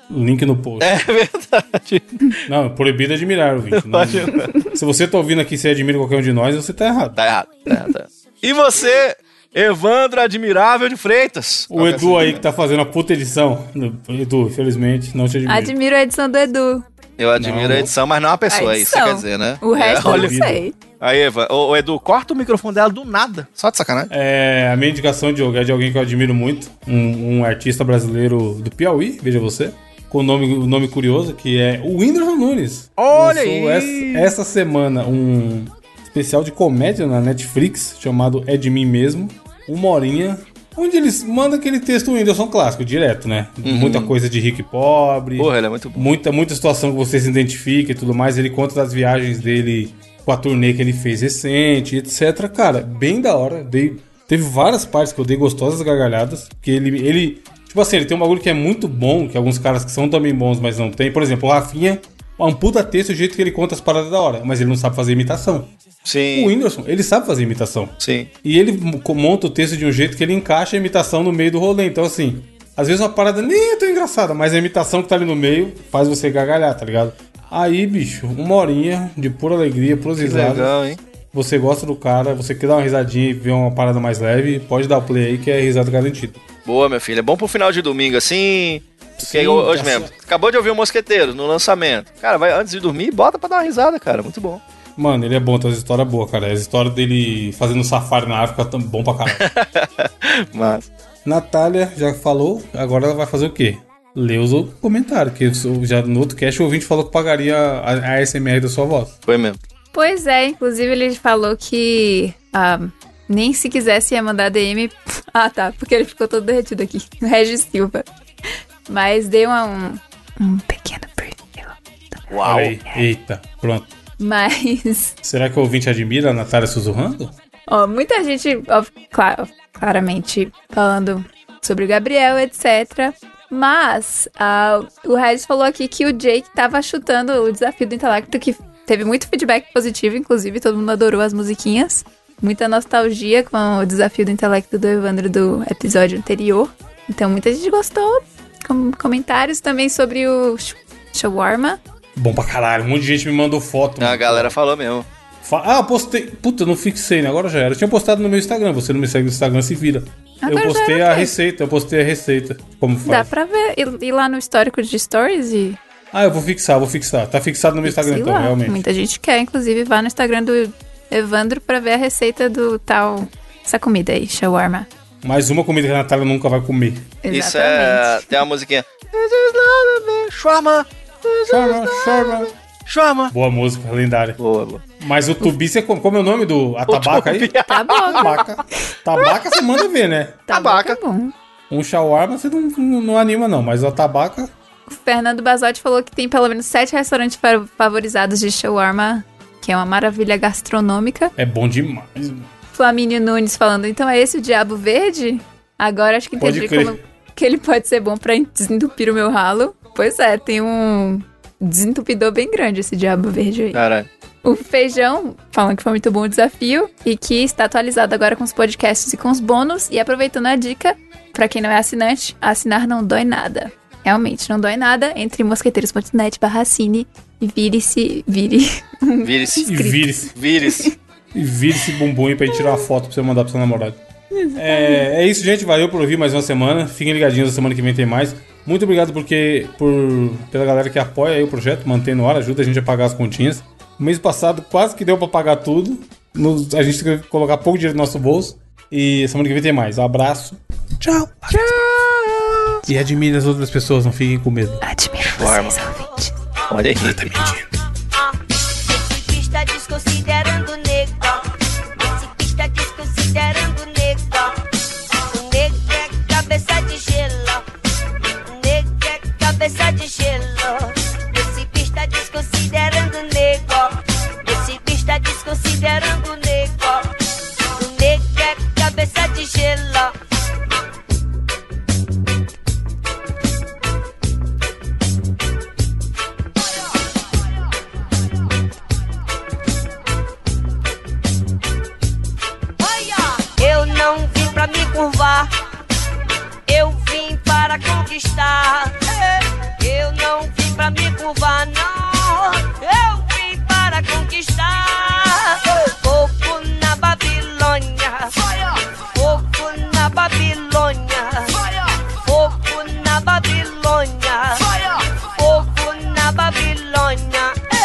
Speaker 1: Link no post.
Speaker 2: É verdade.
Speaker 1: Não, é proibido admirar o vídeo. Se você tá ouvindo aqui e você admira qualquer um de nós, você tá errado.
Speaker 2: Tá errado, tá errado. tá errado. E você, Evandro Admirável de Freitas?
Speaker 1: O Edu aí que tá fazendo a puta edição. Edu, infelizmente, não te admiro.
Speaker 3: Admiro a edição do Edu.
Speaker 2: Eu admiro
Speaker 1: Não.
Speaker 2: a edição, mas não a pessoa,
Speaker 3: A
Speaker 2: é isso que
Speaker 3: edição.
Speaker 2: quer dizer, né?
Speaker 3: O resto
Speaker 2: É,
Speaker 3: eu
Speaker 2: olha-
Speaker 3: não sei.
Speaker 2: Aí, Eva, ô, ô, Edu, corta o microfone dela do nada. Só de sacanagem.
Speaker 1: É, a minha indicação, Diogo, é de alguém que eu admiro muito, um, um artista brasileiro do Piauí, veja você, com o nome, o nome curioso, que é o Whindersson Nunes.
Speaker 2: Olha
Speaker 1: Lançou
Speaker 2: aí!
Speaker 1: Essa, essa semana um especial de comédia na Netflix, chamado É de Mim Mesmo, uma horinha, onde eles mandam aquele texto Whindersson clássico, direto, né? Muita coisa de rico e pobre,
Speaker 2: Porra, ele é muito bom.
Speaker 1: muita, muita situação que você se identifica e tudo mais. Ele conta das viagens dele com a turnê que ele fez recente, etc. Cara, bem da hora. Dei- teve várias partes que eu dei gostosas gargalhadas. Que ele, ele. Tipo assim, ele tem um bagulho que é muito bom, que alguns caras que são também bons, mas não tem. Por exemplo, o Rafinha. É um puta texto o jeito que ele conta as paradas da hora, mas ele não sabe fazer imitação. O
Speaker 2: Sim,
Speaker 1: Whindersson, ele sabe fazer imitação.
Speaker 2: sim.
Speaker 1: E ele mo- monta o texto de um jeito que ele encaixa a imitação no meio do rolê. Então, assim, às vezes uma parada nem é tão engraçada, mas a imitação que tá ali no meio faz você gargalhar, tá ligado? Aí, bicho, uma horinha de pura alegria, puras
Speaker 2: Que
Speaker 1: risadas.
Speaker 2: legal, hein?
Speaker 1: Você gosta do cara, você quer dar uma risadinha e ver uma parada mais leve, pode dar play aí que é risada garantida.
Speaker 2: Boa, meu filho. É bom pro final de domingo, assim. Porque
Speaker 1: Sim,
Speaker 2: hoje
Speaker 1: tá
Speaker 2: mesmo.
Speaker 1: certo.
Speaker 2: Acabou de ouvir o Mosqueteiro no lançamento. Cara, vai antes de dormir, bota pra dar uma risada, cara. Muito bom.
Speaker 1: Mano, ele é bom, tem umas histórias boas, cara. As histórias dele fazendo safari na África tão bom pra caralho.
Speaker 2: Mas.
Speaker 1: Natália já falou, agora ela vai fazer o quê? Ler os outros comentários, que eu- já no outro cast o ouvinte falou que pagaria a, a SMR da sua voz.
Speaker 2: Foi mesmo.
Speaker 3: Pois é, inclusive ele falou que ah, nem se quisesse ia mandar DM. Ah, tá, porque ele ficou todo derretido aqui. Regis Silva. Mas deu um, um pequeno preview.
Speaker 2: Uau.
Speaker 1: Olha aí. Eita, pronto.
Speaker 3: Mas,
Speaker 1: Será que o ouvinte admira a Natália sussurrando?
Speaker 3: ó, muita gente, ó, cla- claramente, falando sobre o Gabriel, etc. Mas, ah, o Regis falou aqui que o Jake tava chutando o desafio do intelecto, que teve muito feedback positivo, inclusive, todo mundo adorou as musiquinhas. Muita nostalgia com o desafio do intelecto do Evandro do episódio anterior. Então, muita gente gostou. Com comentários também sobre o sh- shawarma.
Speaker 1: Bom pra caralho, um monte de gente me mandou foto.
Speaker 2: A
Speaker 1: mano.
Speaker 2: Ah, galera falou mesmo.
Speaker 1: Fa- Ah, postei. Puta, eu não fixei, né? Agora já era. Eu tinha postado no meu Instagram. Você não me segue no Instagram, se vira.
Speaker 3: Agora
Speaker 1: eu
Speaker 3: já
Speaker 1: postei
Speaker 3: era,
Speaker 1: a
Speaker 3: ok.
Speaker 1: receita, eu postei a receita. Como
Speaker 3: Dá
Speaker 1: faz?
Speaker 3: pra ver, ir- ir lá no histórico de stories e
Speaker 1: Ah, eu vou fixar, vou fixar. Tá fixado no meu Instagram,
Speaker 3: Sei
Speaker 1: então,
Speaker 3: lá,
Speaker 1: realmente.
Speaker 3: Muita gente quer, inclusive, vá no Instagram do Evandro pra ver a receita do tal. Essa comida aí, shawarma.
Speaker 1: Mais uma comida que a Natália nunca vai comer.
Speaker 3: Exatamente.
Speaker 2: Isso é. Tem uma musiquinha. This is not a man- Shawarma.
Speaker 1: Chama, chama.
Speaker 2: Shawarma.
Speaker 1: Boa música, lendária.
Speaker 2: Boa, boa.
Speaker 1: Mas o Tubi, você come. Como é o nome do. A tabaca aí?
Speaker 3: Tá bom.
Speaker 1: Tabaca. Tabaca você manda ver, né?
Speaker 3: Tá bom,
Speaker 2: Tabaca.
Speaker 3: tá bom.
Speaker 1: Um shawarma você não, não, não anima, não. Mas a tabaca.
Speaker 3: O Fernando Basotti falou que tem pelo menos sete restaurantes fa- favorizados de shawarma, que é uma maravilha gastronômica.
Speaker 1: É bom demais, mano.
Speaker 3: Flamínio Nunes falando, então é esse o Diabo Verde? Agora acho que
Speaker 1: Pode
Speaker 3: entendi
Speaker 1: crer.
Speaker 3: como que ele pode ser bom pra desentupir o meu ralo. Pois é, tem um desentupidor bem grande esse Diabo Verde aí.
Speaker 2: Caralho.
Speaker 3: O Feijão falando que foi muito bom o desafio e que está atualizado agora com os podcasts e com os bônus. E aproveitando a dica, pra quem não é assinante, assinar não dói nada. Realmente, não dói nada. Entre mosqueteiros.net barra assine e vire-se, vire.
Speaker 2: Vire-se.
Speaker 1: E vire-se.
Speaker 2: Vire-se.
Speaker 1: E vire esse bumbum aí pra gente tirar uma foto pra você mandar pro seu namorado. É, é isso, gente. Valeu por ouvir mais uma semana. Fiquem ligadinhos, na semana que vem tem mais. Muito obrigado porque, por, pela galera que apoia aí o projeto, mantém no ar, ajuda a gente a pagar as continhas. No mês passado quase que deu pra pagar tudo. Nos- a gente teve que colocar pouco dinheiro no nosso bolso. E semana que vem tem mais. Abraço. Tchau. Tchau. E admire as outras pessoas, não fiquem com medo.
Speaker 3: Admiro
Speaker 2: Forma.
Speaker 3: vocês, ouvintes.
Speaker 2: Olha aí.
Speaker 7: Ah, Esse que está desconsiderando o nego. Esse que está desconsiderando o nego. O nego é cabeça de gelo. O nego é cabeça de gelo. Esse que está desconsiderando o nego. Esse que está desconsiderando o nego. é curvar. Eu vim para conquistar. Eu não vim pra me curvar, não. Eu vim para conquistar. Fogo na Babilônia. Fogo na Babilônia. Fogo na Babilônia. Fogo na Babilônia. Ei.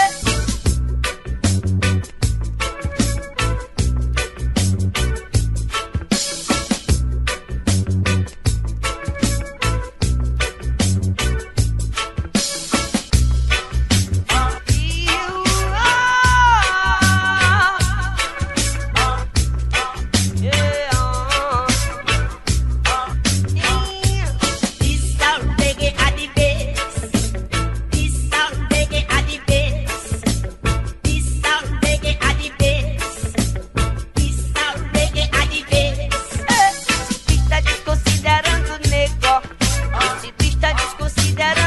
Speaker 7: Eh, Pista desconsiderando o negócio. Esse pista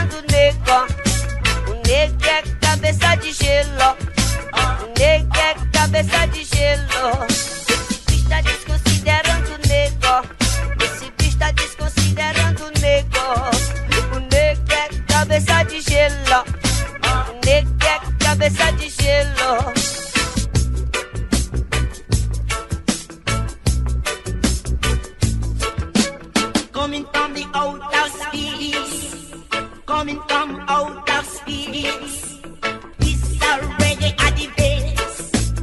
Speaker 7: desconsiderando o negócio. O negro é cabeça de gelo. O negro é cabeça de gelo. Esse pista desconsiderando o negócio. Esse pista desconsiderando o negócio. O negro é cabeça de gelo. O negro é cabeça de gelo. Coming from the old house beats. Coming from old house beats. This our reggae are the best.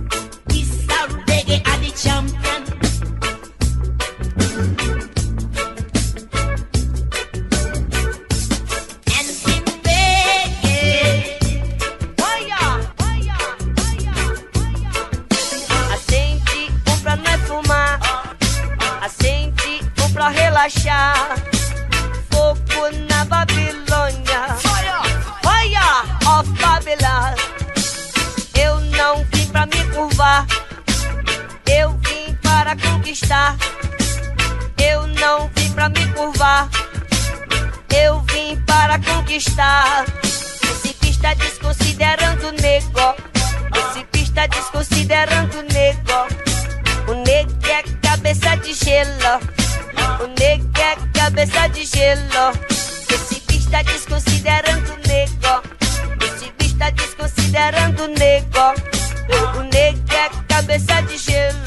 Speaker 7: This our reggae are the champion. And in reggae, Oh, fire, fire, fire, fire. Acende um pra nós fumar. Acende um pra relaxar. Fogo na Babilônia. Fire of Babylon. Eu não vim pra me curvar. Eu vim para conquistar. Eu não vim pra me curvar. Eu vim para conquistar. Esse pista desconsiderando o nego. Esse pista desconsiderando o nego. O negro é cabeça de gelo. O negro é cabeça de gelo. Esse bicho tá desconsiderando o negro. Esse bicho tá desconsiderando o negro. O negro é cabeça de gelo. é